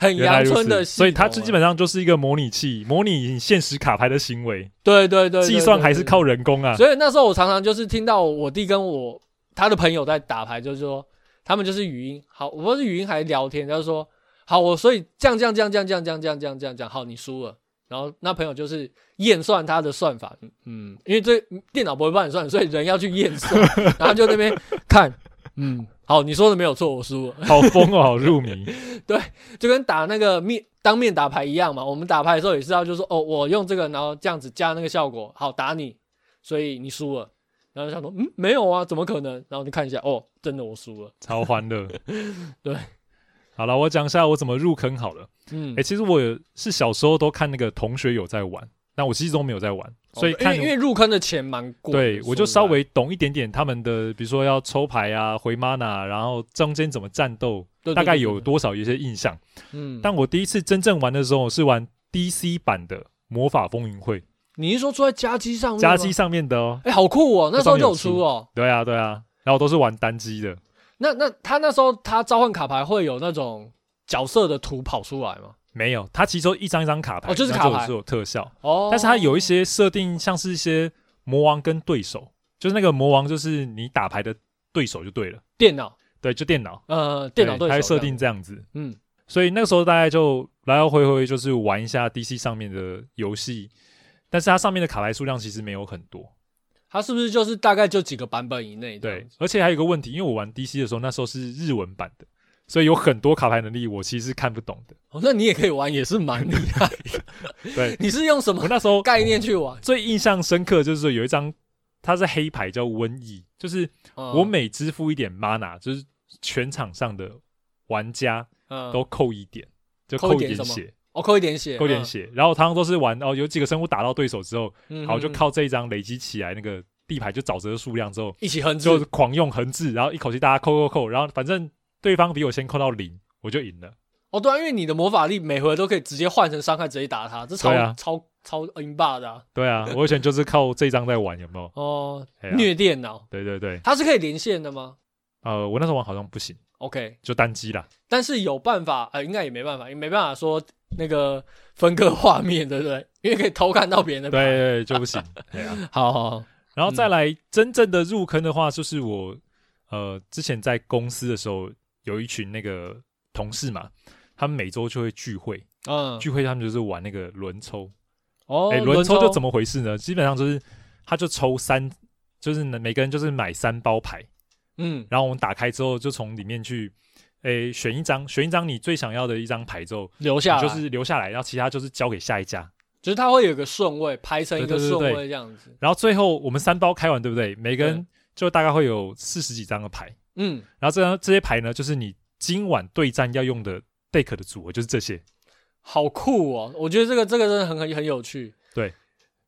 Speaker 2: 很
Speaker 1: 原来
Speaker 2: 阳
Speaker 1: 如
Speaker 2: 春
Speaker 1: 此。
Speaker 2: 的系统啊，
Speaker 1: 所以它这基本上就是一个模拟器，模拟你现实卡牌的行为，
Speaker 2: 对对对，对
Speaker 1: 计算
Speaker 2: 对
Speaker 1: 还是
Speaker 2: 对
Speaker 1: 靠人工啊。
Speaker 2: 所以那时候我常常就是听到我弟跟我他的朋友在打牌，就是说他们就是语音，好，我不是语音还聊天，他就说好，我所以这样这样这样这样这样这样这样这样这样这样，好，你输了。然后那朋友就是验算他的算法，嗯嗯，因为这电脑不会帮你算，所以人要去验算，然后就那边看，嗯，好，你说的没有错，我输了，
Speaker 1: 好疯哦，好入迷。
Speaker 2: 就跟打那个面当面打牌一样嘛。我们打牌的时候也是要就说哦，我用这个，然后这样子加那个效果，好打你，所以你输了。然后就想说，嗯，没有啊，怎么可能？然后就看一下，哦，真的我输了。。
Speaker 1: 超欢乐
Speaker 2: 对，
Speaker 1: 好了，我讲一下我怎么入坑好了。
Speaker 2: 嗯
Speaker 1: 哎、，其实我有是小时候都看那个同学有在玩，但我其实都没有在玩，所以
Speaker 2: 哦
Speaker 1: 看
Speaker 2: 因为因为入坑的钱蛮贵的，
Speaker 1: 对
Speaker 2: 说
Speaker 1: 我就
Speaker 2: 实在
Speaker 1: 稍微懂一点点他们的，比如说要抽牌啊、回 mana，然后中间怎么战斗，
Speaker 2: 对对
Speaker 1: 大概
Speaker 2: 对对
Speaker 1: 有
Speaker 2: 对
Speaker 1: 多少有一些印象。
Speaker 2: 嗯，但
Speaker 1: 但我第一次真正玩的时候是玩 DC 版的《魔法风云会
Speaker 2: 你是说出在加机上面？》，
Speaker 1: 夹击，上面的哦。
Speaker 2: 哎，好酷哦，那时候就有出哦。
Speaker 1: 对啊，对啊，然后我都是玩单机的，
Speaker 2: 那那他那时候他召唤卡牌会有那种角色的图跑出来吗？
Speaker 1: 没有，它其实都一张一张卡牌，
Speaker 2: 哦就是
Speaker 1: 然
Speaker 2: 卡
Speaker 1: 后
Speaker 2: 牌
Speaker 1: 是有特效。
Speaker 2: 哦，
Speaker 1: 但是它有一些设定，像是一些魔王跟对手，就是那个魔王就是你打牌的对手就对了，
Speaker 2: 电脑，
Speaker 1: 对，就电脑，
Speaker 2: 呃，电脑
Speaker 1: 对
Speaker 2: 对
Speaker 1: 它会
Speaker 2: 手
Speaker 1: 设
Speaker 2: 这样
Speaker 1: 定，这样子，
Speaker 2: 嗯，
Speaker 1: 所以那个时候大概就来来回回就是玩一下 DC 上面的游戏，但是它上面的卡牌数量其实没有很多，
Speaker 2: 它是不是就是大概就几个版本以内？
Speaker 1: 对，，而且还有一个问题，因为我玩 DC 的时候那时候是日文版的，所以有很多卡牌能力我其实是看不懂的，
Speaker 2: 哦，那你也可以玩，也是蛮厉害 的。
Speaker 1: 对
Speaker 2: 你是用什
Speaker 1: 我
Speaker 2: 么
Speaker 1: 那时候
Speaker 2: 概念去玩？
Speaker 1: 最印象深刻就是说有一张它是黑牌叫瘟疫，就是我
Speaker 2: 我
Speaker 1: 每支付一点 mana，就是全场上的玩家
Speaker 2: 都
Speaker 1: 都扣一点，就
Speaker 2: 嗯扣
Speaker 1: 扣
Speaker 2: 一
Speaker 1: 一
Speaker 2: 点
Speaker 1: 点
Speaker 2: 什么
Speaker 1: 血，
Speaker 2: 哦扣一点血，
Speaker 1: 扣一点血。然后通常都是玩哦，有几个生物打到对手之后，
Speaker 2: 嗯，
Speaker 1: 好就
Speaker 2: 嗯嗯
Speaker 1: 靠这一张累积起来那个地牌就沼泽的数量之后，
Speaker 2: 一起横
Speaker 1: 就是
Speaker 2: 着，
Speaker 1: 狂用横置，然后一口气大家扣扣扣，然后反正对方比我先扣到零，我就赢了。
Speaker 2: 哦，对啊，因为你的魔法力每回都可以直接换成伤害，直接打他，这超、
Speaker 1: 对啊
Speaker 2: 超超英霸的啊、
Speaker 1: 对 啊，我以前就是靠这一张在玩，有没有？
Speaker 2: 哦，
Speaker 1: 哎呀
Speaker 2: 虐电脑，
Speaker 1: 对对对，
Speaker 2: 它是可以连线的吗
Speaker 1: 呃，我那时候玩好像不行，
Speaker 2: ？OK，
Speaker 1: 就单机啦。
Speaker 2: 但是有办法，呃，应该也没办法，也没办法说那个分割画面，对不对？因为可以偷看到别人的
Speaker 1: 对
Speaker 2: 牌，
Speaker 1: 对，对就不行。 对啊，
Speaker 2: 好好好，
Speaker 1: 然后再来真正的入坑的话，就是我呃之前在公司的时候有一群那个同事嘛，他们每周就会聚会，
Speaker 2: 嗯，
Speaker 1: 聚会他们就是玩那个轮抽。
Speaker 2: 哦，
Speaker 1: 哎、轮抽就怎
Speaker 2: 么？
Speaker 1: 么回事呢？基本上就是他就抽三，就是每个人就是买三包牌，
Speaker 2: 嗯，
Speaker 1: 然后我们打开之后就从里面去。哎，选一张，选一张你最想要的一张牌之后，
Speaker 2: 留
Speaker 1: 你
Speaker 2: 下来
Speaker 1: 就是留下来，然后其他就是交给下一家。
Speaker 2: 就是它会有个顺位，排成一个
Speaker 1: 对对对
Speaker 2: 顺
Speaker 1: 对
Speaker 2: 位这样子。
Speaker 1: 然后最后我们三包开完，对不对？每个
Speaker 2: 对
Speaker 1: 人就大概会有四十几张的牌。
Speaker 2: 嗯，
Speaker 1: 然后这张这些牌呢，就是你今晚对战要用的 deck 的组合，就是这些。
Speaker 2: 好酷哦！我觉得这个这个真的很很很有趣。
Speaker 1: 对，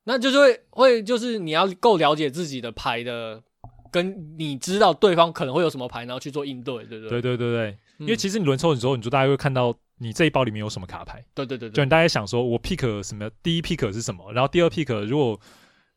Speaker 2: 那就是会会就是你要够了解自己的牌的，跟你知道对方可能会有什么牌，然后去做应对，对不嗯
Speaker 1: 对对
Speaker 2: 对？
Speaker 1: 对对，
Speaker 2: 因
Speaker 1: 因为其实你轮抽的时候，你就大概会看到你这一包里面有什么卡牌，
Speaker 2: 对对对
Speaker 1: 就
Speaker 2: 对，
Speaker 1: 你大概想说，我 pick 什么，第一 pick 是什么，然后第二 pick 如果，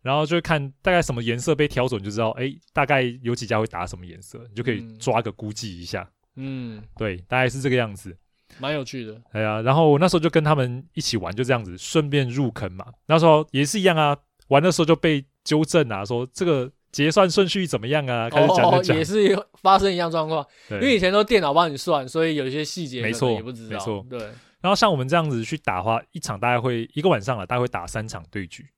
Speaker 1: 然后就会看大概什么颜色被挑走，你就知道，哎，大概有几家会打什么颜色，你就可以
Speaker 2: 嗯
Speaker 1: 抓个估计一下。
Speaker 2: 嗯，
Speaker 1: 对，大概是这个样子。
Speaker 2: 蛮有趣的。
Speaker 1: 哎呀，然后我那时候就跟他们一起玩，就这样子，顺便入坑嘛。那时候也是一样啊，玩的时候就被纠正啊，说这个结算顺序怎么样啊，开始讲
Speaker 2: 哦
Speaker 1: 着，讲
Speaker 2: 也，是有发生一样状况，因为以
Speaker 1: 对。
Speaker 2: 前都电脑帮你算，所以有一些细节
Speaker 1: 没
Speaker 2: 可能
Speaker 1: 错
Speaker 2: 也不知道。
Speaker 1: 没错
Speaker 2: 对，
Speaker 1: 然后像我们这样子去打的话，一场大概会一个晚上啊，大概会打三场对局，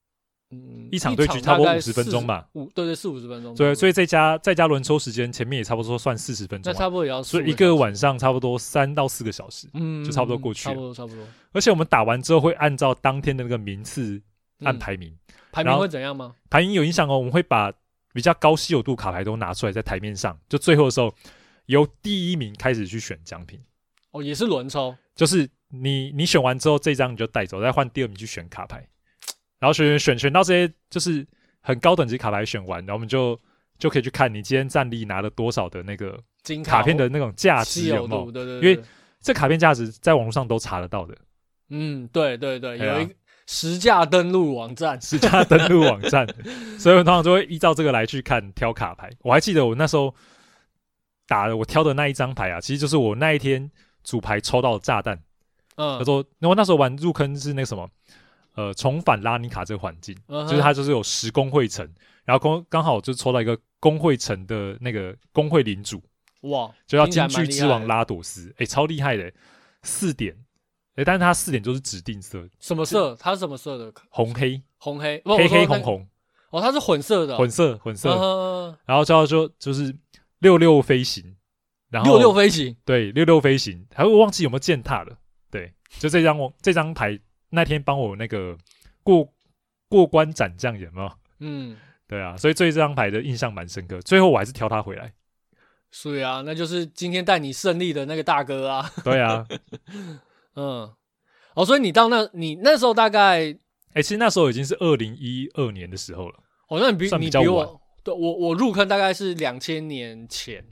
Speaker 2: 嗯，
Speaker 1: 一场对局差不多50分钟吧，
Speaker 2: 五对对四五十分钟。
Speaker 1: 对，所
Speaker 2: 以
Speaker 1: 以再加再加轮抽时间，前面也差不多算四十分钟
Speaker 2: 那
Speaker 1: 啊、
Speaker 2: 差不多也要
Speaker 1: 所以
Speaker 2: 四
Speaker 1: 一
Speaker 2: 五个小
Speaker 1: 个
Speaker 2: 时，
Speaker 1: 晚上差不多三到四个小时。
Speaker 2: 嗯，
Speaker 1: 就差不多过去
Speaker 2: 差
Speaker 1: 了
Speaker 2: 不多差不多。
Speaker 1: 而且我们打完之后会按照当天的那个名次按
Speaker 2: 嗯
Speaker 1: 排名，
Speaker 2: 排
Speaker 1: 然
Speaker 2: 名
Speaker 1: 后
Speaker 2: 会怎样吗？
Speaker 1: 排名有影响哦。我们会把比较高稀有度卡牌都拿出来在台面上，就最后的时候由第一名开始去选奖品，
Speaker 2: 哦，也是轮抽。
Speaker 1: 就是你你选完之后这张你就带走，再换第二名去选卡牌，然后选选选选到这些就是很高等级卡牌选完，然后我们就就可以去看你今天战力拿了多少的那个
Speaker 2: 金
Speaker 1: 卡片
Speaker 2: 或
Speaker 1: 的那种价值
Speaker 2: 稀
Speaker 1: 有没
Speaker 2: 有度，
Speaker 1: 有？
Speaker 2: 对对，
Speaker 1: 因为
Speaker 2: 对
Speaker 1: 这卡片价值在网络上都查得到的，
Speaker 2: 嗯，对对对，
Speaker 1: 对啊
Speaker 2: 有一个实价登录网站，
Speaker 1: 是家登录网站，所以我通常就会依照这个来去看挑卡牌。我还记得我那时候打的我挑的那一张牌啊，其实就是我那一天主牌抽到的炸弹，
Speaker 2: 嗯
Speaker 1: 叫，做因为那时候玩入坑是那个什么，呃，重返拉尼卡这个环境，
Speaker 2: 就
Speaker 1: 就是它就是有十工会城，然后刚刚好就抽到一个工会城的那个工会领主，
Speaker 2: 哇，
Speaker 1: 就叫
Speaker 2: 听起来
Speaker 1: 金
Speaker 2: 蛮
Speaker 1: 句
Speaker 2: 厉
Speaker 1: 之
Speaker 2: 害
Speaker 1: 王
Speaker 2: 的
Speaker 1: 拉朵斯，诶，超厉害的、四点，诶，但是它四点就是指定色，
Speaker 2: 什么色？它是什么色的？
Speaker 1: 红黑
Speaker 2: 红黑，不
Speaker 1: 黑黑红，
Speaker 2: 我说
Speaker 1: 红
Speaker 2: 那哦，它是混色的哦，嗯
Speaker 1: 混色混色。
Speaker 2: 色，
Speaker 1: 然后之后就就是六六飞行，然后
Speaker 2: 六六飞行，
Speaker 1: 对六六飞行，还会忘记有没有践踏了。对，就这张我这张牌那天帮我那个过过关斩将有没有？
Speaker 2: 嗯，
Speaker 1: 对啊，所以对这张牌的印象蛮深刻。最后我还是挑它回来。
Speaker 2: 所以啊，那就是今天带你胜利的那个大哥啊，
Speaker 1: 对 啊，
Speaker 2: 嗯，哦，所以你到那，你那时候大概，
Speaker 1: 哎、其实那时候已经是二零一二年的时候了。
Speaker 2: 哦，那你比
Speaker 1: 算比
Speaker 2: 你
Speaker 1: 较
Speaker 2: 比
Speaker 1: 晚
Speaker 2: 我，对我我入坑大概是两千年前，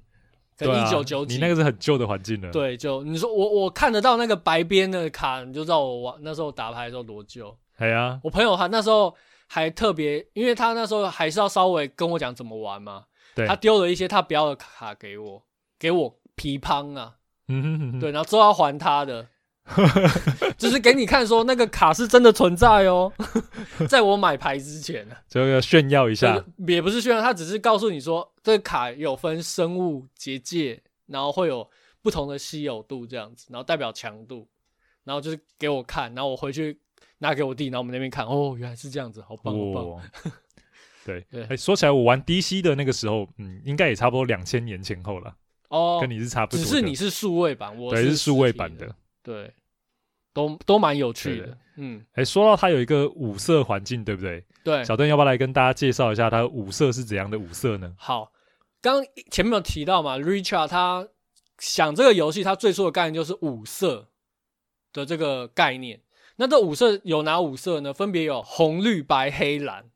Speaker 2: 跟
Speaker 1: 对啊
Speaker 2: 一九九几
Speaker 1: 你那个是很旧的环境了。，
Speaker 2: 对，就你说我我看得到那个白边的卡，你就知道我玩那时候打牌的时候多久。
Speaker 1: 哎呀，
Speaker 2: 我朋友他那时候还特别，因为他那时候还是要稍微跟我讲怎么玩嘛，
Speaker 1: 对
Speaker 2: 他丢了一些他不要的卡给我，给我皮乓啊，
Speaker 1: 嗯哼哼哼，
Speaker 2: 对，然后之后要还他的， 就是给你看说那个卡是真的存在哦， 在我买牌之前啊，
Speaker 1: 就要炫耀一
Speaker 2: 就
Speaker 1: 下啊
Speaker 2: 是。也不是炫耀，他只是告诉你说这个卡有分生物结界，然后会有不同的稀有度这样子，然后代表强度，然后就是给我看，然后我回去拿给我弟，然后我们那边看，哦，原来是这样子，好棒好棒。
Speaker 1: 哇，哦 对，
Speaker 2: 对
Speaker 1: 哎，说起来，我玩 DC 的那个时候，嗯，应该也差不多两千年前后了，
Speaker 2: 哦，
Speaker 1: 跟你是差不多的。
Speaker 2: 只是你是数位版，我
Speaker 1: 对是
Speaker 2: 实
Speaker 1: 数位
Speaker 2: 体
Speaker 1: 版
Speaker 2: 的
Speaker 1: 的，。
Speaker 2: 对，都都蛮有趣
Speaker 1: 对
Speaker 2: 的。嗯，
Speaker 1: 哎，说到它有一个五色环境，对不对？
Speaker 2: 对，
Speaker 1: 小邓要不要来跟大家介绍一下它五色是怎样的五色呢？
Speaker 2: 好，刚刚前面有提到嘛，Richard 他想这个游戏，他最初的概念就是五色的这个概念。那这五色有哪五色呢？分别有红、绿、白、黑、蓝。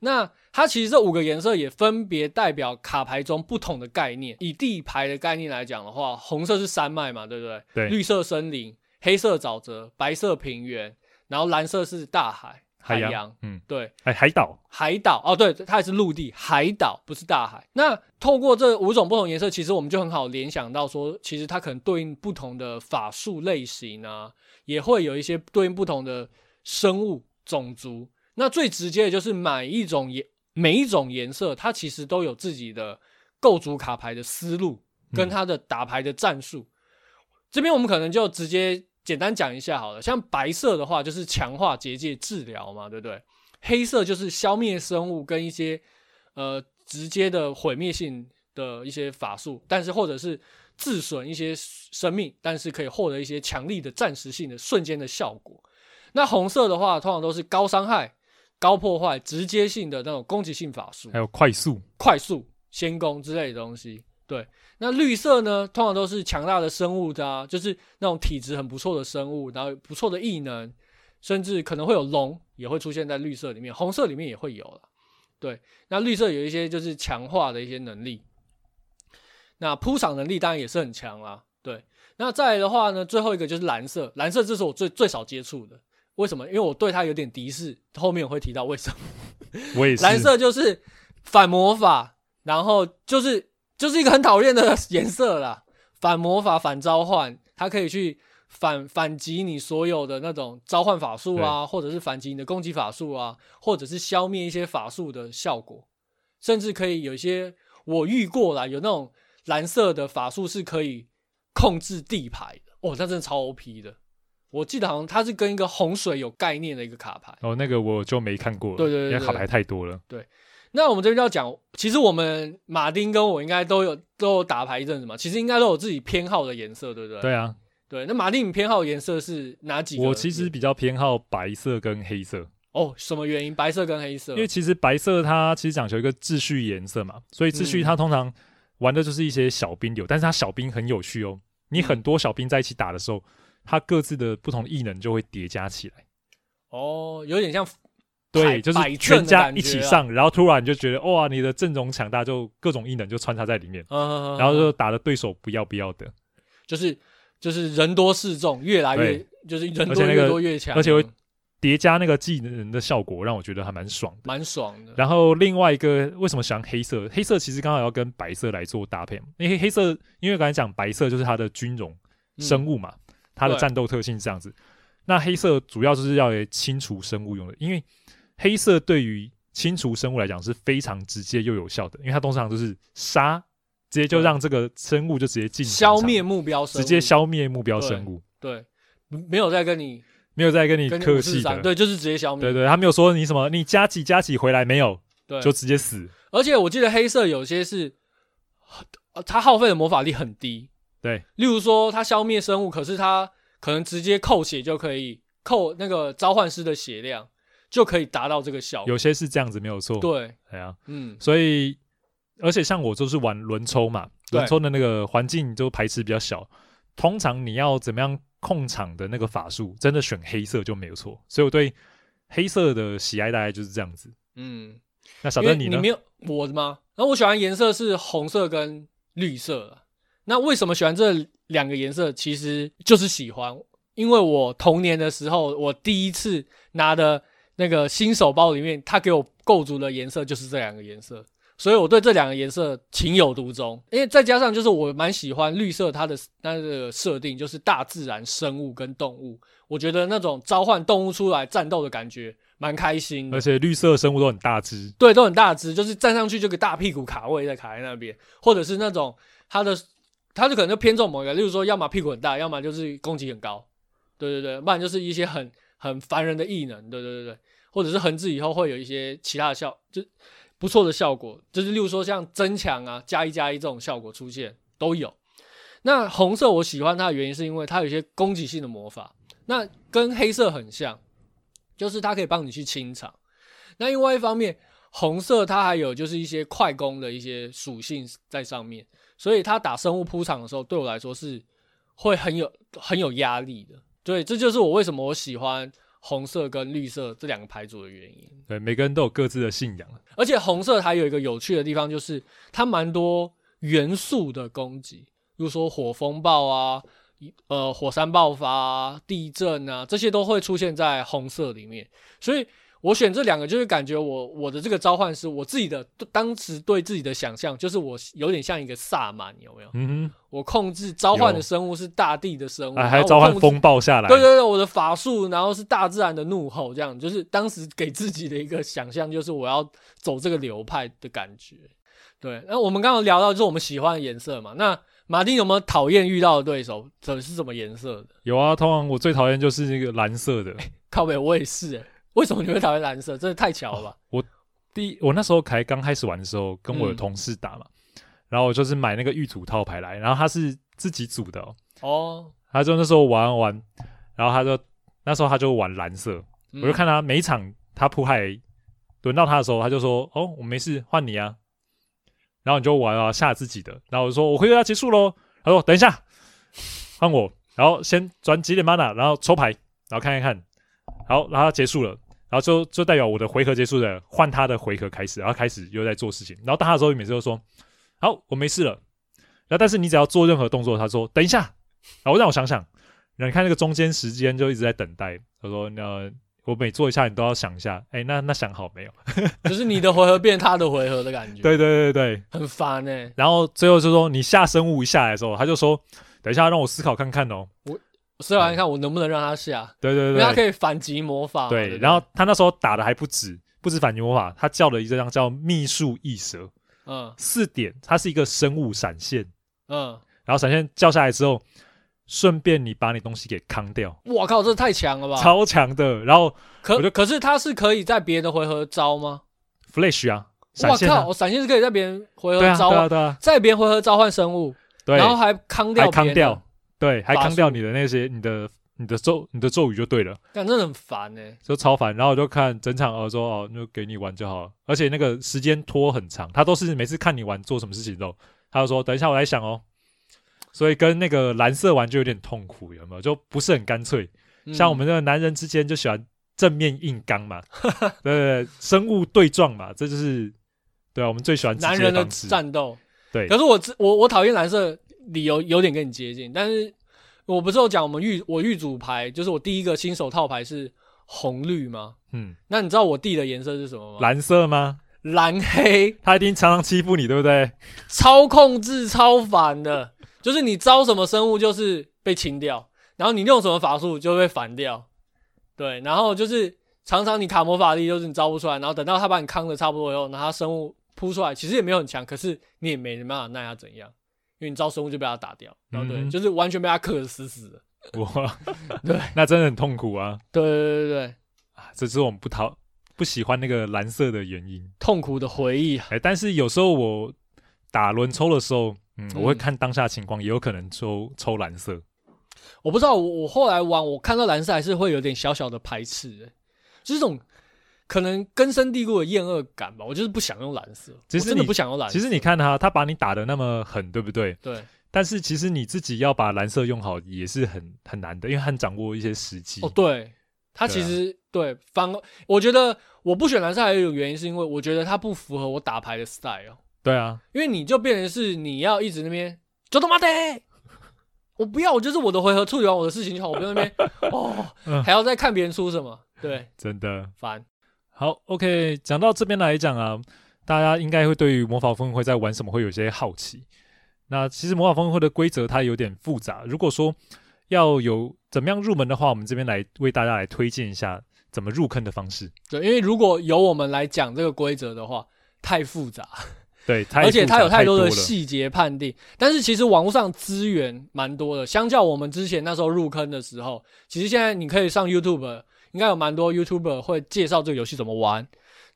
Speaker 2: 那它其实这五个颜色也分别代表卡牌中不同的概念。以地牌的概念来讲的话，红色是山脉嘛，对不对？
Speaker 1: 对
Speaker 2: 绿色森林，黑色沼泽，白色平原，然后蓝色是大海、海
Speaker 1: 洋，
Speaker 2: 洋
Speaker 1: 嗯，
Speaker 2: 对，
Speaker 1: 哎，海岛，
Speaker 2: 海岛哦，对，它也是陆地，海岛不是大海。那透过这五种不同颜色，其实我们就很好联想到说，其实它可能对应不同的法术类型啊，也会有一些对应不同的生物种族。那最直接的就是买一种颜，每一种颜色它其实都有自己的构筑卡牌的思路跟它的打牌的战术。这边我们可能就直接简单讲一下好了，像白色的话就是强化结界治疗嘛，对不对？黑色就是消灭生物跟一些呃直接的毁灭性的一些法术，但是或者是自损一些生命，但是可以获得一些强力的暂时性的瞬间的效果。那红色的话，通常都是高伤害、高破坏、直接性的那种攻击性法术
Speaker 1: 还，有快速，
Speaker 2: 快速、先攻之类的东西。对，那绿色呢，通常都是强大的生物的啊，就是那种体质很不错的生物，然后有不错的异能，甚至可能会有龙也会出现在绿色里面，红色里面也会有了。对，那绿色有一些就是强化的一些能力，那铺场能力当然也是很强啦。对，那再来的话呢，最后一个就是蓝色，蓝色这是我最最少接触的，为什么？因为我对它有点敌视，后面我会提到为什么。
Speaker 1: 我也是，
Speaker 2: 蓝色就是反魔法，然后就是就是一个很讨厌的颜色啦。反魔法、反召唤，它可以去反反击你所有的那种召唤法术啊，或者是反击你的攻击法术啊，或者是消灭一些法术的效果，甚至可以有一些我遇过啦，有那种蓝色的法术是可以控制地牌的，哦，那真的超 OP 的。我记得好像它是跟一个洪水有概念的一个卡牌。
Speaker 1: 哦，那个我就没看过了，
Speaker 2: 对对对
Speaker 1: 因为卡
Speaker 2: 对
Speaker 1: 牌太多了，
Speaker 2: 那我们这边就要讲，其实我们马丁跟我应该都有都有打牌一阵子嘛，其实应该都有自己偏好的颜色，对不对？
Speaker 1: 对啊，
Speaker 2: 对那马丁，你偏好的颜色是哪几个？
Speaker 1: 我其实比较偏好白色跟黑色，
Speaker 2: 哦，什么原因？白色跟黑色，
Speaker 1: 因为其实白色它其实讲求一个秩序颜色嘛，所以秩序
Speaker 2: 嗯
Speaker 1: 它通常玩的就是一些小兵流，但是它小兵很有趣哦，你
Speaker 2: 嗯
Speaker 1: 很多小兵在一起打的时候，它各自的不同的异能就会叠加起来，
Speaker 2: 哦，有点像
Speaker 1: 对，
Speaker 2: 摆
Speaker 1: 就是
Speaker 2: 摆阵
Speaker 1: 全
Speaker 2: 的
Speaker 1: 家
Speaker 2: 感觉
Speaker 1: 一起
Speaker 2: 啊，
Speaker 1: 上，然后突然你就觉得哇，你的阵容强大，就各种异能就穿插在里面，
Speaker 2: 嗯，
Speaker 1: 然后就打的对手不要不要的，
Speaker 2: 就是就是人多势众，越来越就是人
Speaker 1: 而
Speaker 2: 多
Speaker 1: 且那个
Speaker 2: 越多越强，
Speaker 1: 而且会叠加那个技能的效果让我觉得还蛮爽的。
Speaker 2: 蛮爽的。
Speaker 1: 然后另外一个为什么喜欢黑色？黑色其实刚好要跟白色来做搭配嘛，因为黑色，因为刚才讲白色就是它的军容
Speaker 2: 嗯
Speaker 1: 生物嘛，它的
Speaker 2: 对
Speaker 1: 战斗特性是这样子。那黑色主要就是要来清除生物用的，因为黑色对于清除生物来讲是非常直接又有效的，因为它通常就是杀，直接就让这个生物就直接进
Speaker 2: 消灭
Speaker 1: 战
Speaker 2: 目标生
Speaker 1: 场，
Speaker 2: 物，
Speaker 1: 直接消灭目标生物，
Speaker 2: 对，没有在跟你
Speaker 1: 没有再跟你
Speaker 2: 跟你
Speaker 1: 客
Speaker 2: 五四
Speaker 1: 气
Speaker 2: 三
Speaker 1: 的。
Speaker 2: 对，就是直接消
Speaker 1: 对
Speaker 2: 灭，
Speaker 1: 对，他没有说你什么，你加几加几回来没有，
Speaker 2: 对，
Speaker 1: 就直接死。
Speaker 2: 而且我记得黑色有些是，呃它耗费的魔法力很低。
Speaker 1: 对，
Speaker 2: 例如说它消灭生物，可是它可能直接扣血就可以扣那个召唤师的血量，就可以达到这个效果。
Speaker 1: 有些是这样子没有错。
Speaker 2: 对，
Speaker 1: 对啊，
Speaker 2: 嗯，
Speaker 1: 所以而且像我就是玩轮抽嘛，
Speaker 2: 对
Speaker 1: 轮抽的那个环境就排斥比较小，通常你要怎么样控场的那个法术，真的选黑色就没有错。所以我对黑色的喜爱大概就是这样子。
Speaker 2: 嗯，
Speaker 1: 那小
Speaker 2: 因为
Speaker 1: 邓你
Speaker 2: 你
Speaker 1: 呢
Speaker 2: 没？有我的吗？然后我喜欢颜色是红色跟绿色啊。那为什么喜欢这两个颜色？其实就是喜欢，因为我童年的时候，我第一次拿的那个新手包里面，他给我构筑的颜色就是这两个颜色，所以我对这两个颜色情有独钟。因为再加上就是我蛮喜欢绿色它的那个设定，就是大自然生物跟动物，我觉得那种召唤动物出来战斗的感觉蛮开心的
Speaker 1: 而。且绿色生物都很大只，
Speaker 2: 对，都很大只，就是站上去就个大屁股卡位在卡在那边，或者是那种他的他就可能就偏重某一个，例如说要么屁股很大，要么就是攻击很高，对对对，不然就是一些很很烦人的异能，对对对对，或者是横置以后会有一些其他的效，就不错的效果，就是例如说像增强啊、加一加一这种效果出现都有。那红色我喜欢它的原因是因为它有一些攻击性的魔法，那跟黑色很像，就是它可以帮你去清场。那另外一方面，红色它还有就是一些快攻的一些属性在上面，所以它打生物铺场的时候，对我来说是会很有很有压力的。对，这就是我为什么我喜欢红色跟绿色这两个牌组的原因。
Speaker 1: 对，每个人都有各自的信仰。啊
Speaker 2: 而且红色还有一个有趣的地方，就是它蛮多元素的攻击，比如说火风暴啊，呃，火山爆发、啊、地震啊，这些都会出现在红色里面。所以我选这两个，就是感觉我我的这个召唤师，我自己的当时对自己的想象，就是我有点像一个萨满，有没有？
Speaker 1: 嗯
Speaker 2: 我控制召唤的
Speaker 1: 有
Speaker 2: 生物是大地的生
Speaker 1: 哼，
Speaker 2: 物，
Speaker 1: 啊，
Speaker 2: 然
Speaker 1: 还
Speaker 2: 后
Speaker 1: 召
Speaker 2: 哦我
Speaker 1: 唤
Speaker 2: 控制
Speaker 1: 风暴下来，
Speaker 2: 对对对，我的法术，然后是大自然的怒吼，这样就是当时给自己的一个想象，就是我要走这个流派的感觉。对，那我们刚刚聊到就是我们喜欢的颜色嘛，那马丁有没有讨厌遇到的对手？这是什么颜色的？
Speaker 1: 有啊，通常我最讨厌就是那个蓝色的。
Speaker 2: 靠北，我也是、欸。为什么你会讨厌蓝色？真的太巧了吧？
Speaker 1: 第一，我那时候才刚开始玩的时候，跟我的
Speaker 2: 嗯
Speaker 1: 同事打嘛，然后我就是买那个玉组套牌来，然后他是自己组的、哦，
Speaker 2: 哦，
Speaker 1: 他就那时候玩玩，然后他就那时候他就玩蓝色，
Speaker 2: 嗯
Speaker 1: 我就看他每一场他扑海轮到他的时候，他就说：“哦，我没事，换你啊。”然后你就玩啊下自己的，然后我就说：“我回合要结束喽。”他说：“等一下，换我。”然后先转几点 mana，然后抽牌，然后看一看，好，然后他结束了，然后就就代表我的回合结束了，换他的回合开始，然后开始又在做事情。然后当他的时候，每次都说：“好，我没事了。”然后但是你只要做任何动作，他说：“等一下。”然后让我想想，然后你看那个中间时间就一直在等待。他说：“那我每做一下，你都要想一下，哎，那那想好没有？
Speaker 2: 就是你的回合变他的回合的感觉，，
Speaker 1: 对对对对。
Speaker 2: 很烦哎、
Speaker 1: 然后最后就说你下生物一下来的时候，他就说，等一下让我思考看看哦。
Speaker 2: 虽然看我能不能让他下，
Speaker 1: 对
Speaker 2: 因
Speaker 1: 对
Speaker 2: 为他
Speaker 1: 对
Speaker 2: 可
Speaker 1: 对，
Speaker 2: 以反击魔法嘛。对不
Speaker 1: 对。
Speaker 2: 对，
Speaker 1: 然后他那时候打的还不止，不止反击魔法，他叫了一张叫秘术异蛇
Speaker 2: 嗯
Speaker 1: 四点，它是一个生物闪现，
Speaker 2: 嗯，
Speaker 1: 然后闪现叫下来之后，顺便你把你东西给扛掉，
Speaker 2: 我靠，这太强了吧！
Speaker 1: 超强的。然后我
Speaker 2: 可
Speaker 1: 就
Speaker 2: 可是他是可以在别人的回合招吗？
Speaker 1: flash 啊，闪
Speaker 2: 我
Speaker 1: 现啊
Speaker 2: 靠，，闪现是可以在别人回合
Speaker 1: 对啊
Speaker 2: 召
Speaker 1: 对
Speaker 2: 唤，
Speaker 1: 啊对啊，
Speaker 2: 在别人回合召唤生物，
Speaker 1: 对。
Speaker 2: 然后还扛掉
Speaker 1: 还
Speaker 2: 别
Speaker 1: 扛
Speaker 2: 人，
Speaker 1: 掉，对，还
Speaker 2: 法
Speaker 1: 扛掉
Speaker 2: 术
Speaker 1: 你的那些你的你的咒你的咒语就对了，
Speaker 2: 干真的很烦哎、
Speaker 1: 就超烦。然后我就看整场，我说哦，那就给你玩就好了。而且那个时间拖很长，他都是每次看你玩做什么事情之后，他就说等一下我来想哦。所以跟那个蓝色玩就有点痛苦，有没有？就不是很干脆。
Speaker 2: 嗯
Speaker 1: 像我们这个男人之间就喜欢正面硬刚 嘛，对对对，生物对撞嘛，这就是对啊，我们最喜欢直
Speaker 2: 男
Speaker 1: 接
Speaker 2: 人的
Speaker 1: 方式
Speaker 2: 战斗。
Speaker 1: 对
Speaker 2: 可是我自我我讨厌蓝色理由有点跟你接近，但是我不是有讲我们预我预组牌，就是我第一个新手套牌是红绿吗？
Speaker 1: 嗯，
Speaker 2: 那你知道我弟的颜色是什么吗？
Speaker 1: 蓝色吗？
Speaker 2: 蓝黑，
Speaker 1: 他一定常常欺负你，对不对？
Speaker 2: 超控制超烦的，就是你招什么生物就是被清掉，然后你用什么法术就会被反掉，对，然后就是常常你卡魔法力就是你招不出来，然后等到他把你扛的差不多以后，然后他生物扑出来，其实也没有很强，可是你也没办法奈他怎样，因为你招生物就被他打掉，然后对，
Speaker 1: 嗯
Speaker 2: 就是完全被他克得死死的，
Speaker 1: 我，
Speaker 2: 对，
Speaker 1: 那真的很痛苦啊！
Speaker 2: 对对对对对，
Speaker 1: 啊这是我们不讨不喜欢那个蓝色的原因。
Speaker 2: 痛苦的回忆啊，
Speaker 1: 哎、但是有时候我打轮抽的时候，嗯，
Speaker 2: 嗯
Speaker 1: 我会看当下情况，也有可能抽抽蓝色。
Speaker 2: 我不知道，我我后来玩，我看到蓝色还是会有点小小的排斥、欸，就是这种可能根深蒂固的厌恶感吧。我就是不想用蓝色，
Speaker 1: 其实
Speaker 2: 我真的
Speaker 1: 你
Speaker 2: 不想用蓝色。
Speaker 1: 其实你看他，他把你打的那么狠，对不对？
Speaker 2: 对，
Speaker 1: 但是其实你自己要把蓝色用好也是很很难的，因为很掌握一些时机。
Speaker 2: 哦，对，它
Speaker 1: 对
Speaker 2: 其
Speaker 1: 啊
Speaker 2: 实对,、反而我觉得我不选蓝色还有一个原因，是因为我觉得它不符合我打牌的 style，
Speaker 1: 对啊，
Speaker 2: 因为你就变成是你要一直那边就他妈的。我不要，我就是我的回合处理完我的事情就好，我不要那边 哦，
Speaker 1: 嗯
Speaker 2: 还要再看别人出什么，对，
Speaker 1: 真的。
Speaker 2: 烦。
Speaker 1: 好，OK，讲到这边来讲啊，大家应该会对于魔法峰会在玩什么会有些好奇。那其实魔法峰会的规则它有点复杂，如果说要有怎么样入门的话，我们这边来为大家来推荐一下怎么入坑的方式。
Speaker 2: 对，因为如果由我们来讲这个规则的话，太复杂，
Speaker 1: 对，太
Speaker 2: 而且
Speaker 1: 复杂
Speaker 2: 它有
Speaker 1: 太
Speaker 2: 多的
Speaker 1: 了
Speaker 2: 细节判定。但是其实网络上资源蛮多的，相较我们之前那时候入坑的时候，其实现在你可以上 YouTube，应该有蛮多 YouTuber 会介绍这个游戏怎么玩，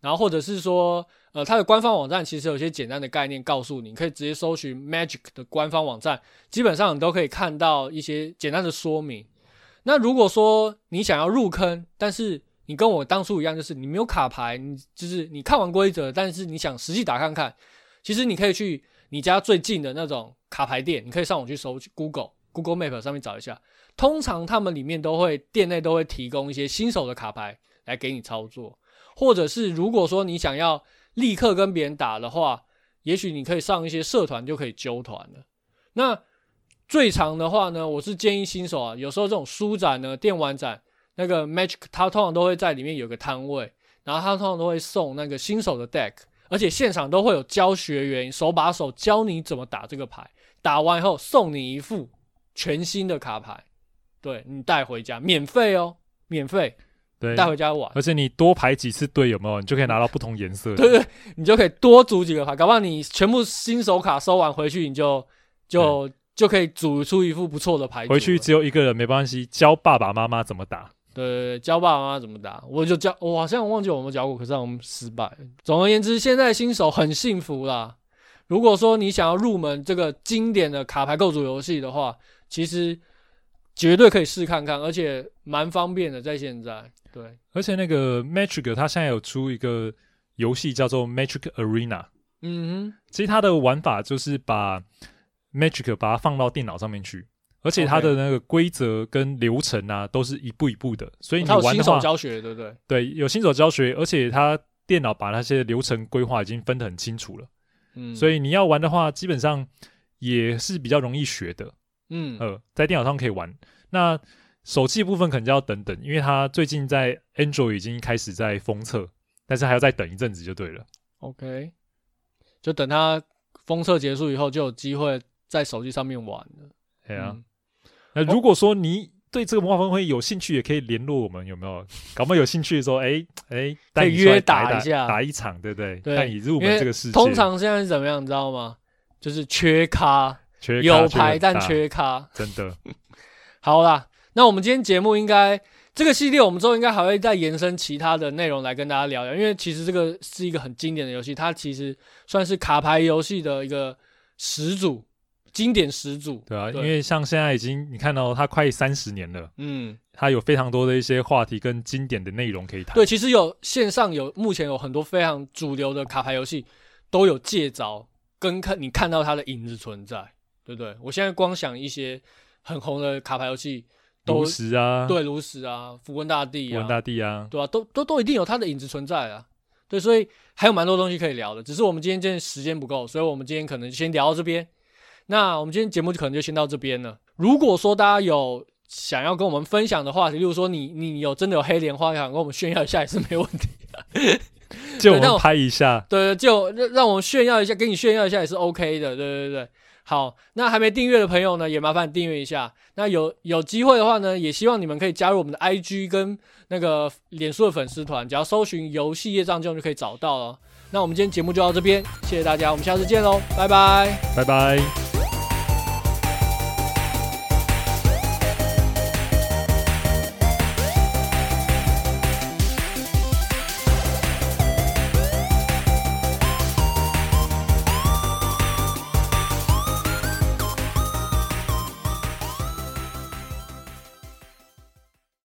Speaker 2: 然后或者是说，呃，它的官方网站其实有一些简单的概念告诉你，你可以直接搜寻 Magic 的官方网站，基本上你都可以看到一些简单的说明。那如果说你想要入坑，但是你跟我当初一样，就是你没有卡牌，你就是你看完规则，但是你想实际打看看，其实你可以去你家最近的那种卡牌店，你可以上网去搜 Google Google Map 上面找一下，通常他们里面都会店内都会提供一些新手的卡牌来给你操作，或者是如果说你想要立刻跟别人打的话，也许你可以上一些社团就可以揪团了。那最长的话呢，我是建议新手啊，有时候这种书展呢、电玩展，那个 Magic 它通常都会在里面有个摊位，然后它通常都会送那个新手的 deck，而且现场都会有教学员手把手教你怎么打这个牌，打完以后送你一副全新的卡牌，对你带回家，免费哦，免费
Speaker 1: 对，
Speaker 2: 带回家玩，
Speaker 1: 而且你多排几次队有没有，你就可以拿到不同颜色的。
Speaker 2: 对对，你就可以多组几个牌，搞不好你全部新手卡收完回去，你就就。就可以组出一副不错的牌组了。
Speaker 1: 回去只有一个人没关系，教爸爸妈妈怎么打。
Speaker 2: 对对对，教爸爸妈妈怎么打，我就教，我好像忘记我们教过，可是我们失败。总而言之，现在新手很幸福啦。如果说你想要入门这个经典的卡牌构筑游戏的话，其实绝对可以试看看，而且蛮方便的，在现在。对，
Speaker 1: 而且那个 Magic 它现在有出一个游戏叫做 Magic Arena，
Speaker 2: 嗯哼，
Speaker 1: 其实它的玩法就是把 Magic 把它放到电脑上面去，而且它的那个规则跟流程啊都是一步一步的，所以你
Speaker 2: 它有
Speaker 1: 玩
Speaker 2: 新
Speaker 1: 的
Speaker 2: 手
Speaker 1: 话，
Speaker 2: 教学，对不对？
Speaker 1: 对，有新手教学，而且它电脑把那些流程规划已经分得很清楚了，
Speaker 2: 嗯，
Speaker 1: 所
Speaker 2: 以
Speaker 1: 以你要玩的话，基本上也是比较容易学的。
Speaker 2: 嗯，
Speaker 1: 呃，在电脑上可以玩。那手机部分可能就要等等，因为它最近在 Android 已经开始在封测，但是还要再等一阵子就对了。
Speaker 2: OK，就等它封测结束以后，就有机会在手机上面玩了。
Speaker 1: 对啊，
Speaker 2: 嗯
Speaker 1: 那如果说你对这个魔法峰会有兴趣，也可以联络我们，有没有？ 搞不好有兴趣的时候，哎哎，带
Speaker 2: 可以
Speaker 1: 你出来
Speaker 2: 约
Speaker 1: 打
Speaker 2: 打一
Speaker 1: 打
Speaker 2: 下
Speaker 1: 打一场，对不对？
Speaker 2: 对
Speaker 1: 带你入
Speaker 2: 因为
Speaker 1: 门这个世界，
Speaker 2: 通常现在是怎么样，你知道吗？就是缺咖，
Speaker 1: 缺咖
Speaker 2: 有
Speaker 1: 缺得
Speaker 2: 牌
Speaker 1: 很
Speaker 2: 但
Speaker 1: 大，
Speaker 2: 缺 咖。
Speaker 1: 真的
Speaker 2: 好啦，那我们今天节目应该这个系列，我们之后应该还会再延伸其他的内容来跟大家聊聊，因为其实这个是一个很经典的游戏，它其实算是卡牌游戏的一个始祖，经典始祖。
Speaker 1: 对啊，
Speaker 2: 对
Speaker 1: 因为像现在已经你看到它快三十年了，
Speaker 2: 嗯，
Speaker 1: 它有非常多的一些话题跟经典的内容可以谈。
Speaker 2: 对，其实有线上有目前有很多非常主流的卡牌游戏都有借着跟看你看到它的影子存在，对不对？我现在光想一些很红的卡牌游戏，都
Speaker 1: 炉石啊，
Speaker 2: 对炉石啊、符文大帝
Speaker 1: 文
Speaker 2: 啊、
Speaker 1: 大帝啊，
Speaker 2: 对啊，都都都一定有它的影子存在啊。对，所以还有蛮多东西可以聊的，只是我们今天真的时间不够，所以我们今天可能先聊到这边。那我们今天节目就可能就先到这边了。如果说大家有想要跟我们分享的话题，例如说你你有真的有黑莲花想跟我们炫耀一下也是没问题。
Speaker 1: 借我
Speaker 2: 对那
Speaker 1: 们
Speaker 2: 我
Speaker 1: 拍一下。
Speaker 2: 对，就让让我们炫耀一下，给你炫耀一下也是 OK 的，对对对。好，那还没订阅的朋友呢，也麻烦订阅一下。那有有机会的话呢，也希望你们可以加入我们的 IG 跟那个脸书的粉丝团，只要搜寻“游戏业障就就可以找到了。那我们今天节目就到这边，谢谢大家，我们下次见喽，拜拜。
Speaker 1: 拜拜。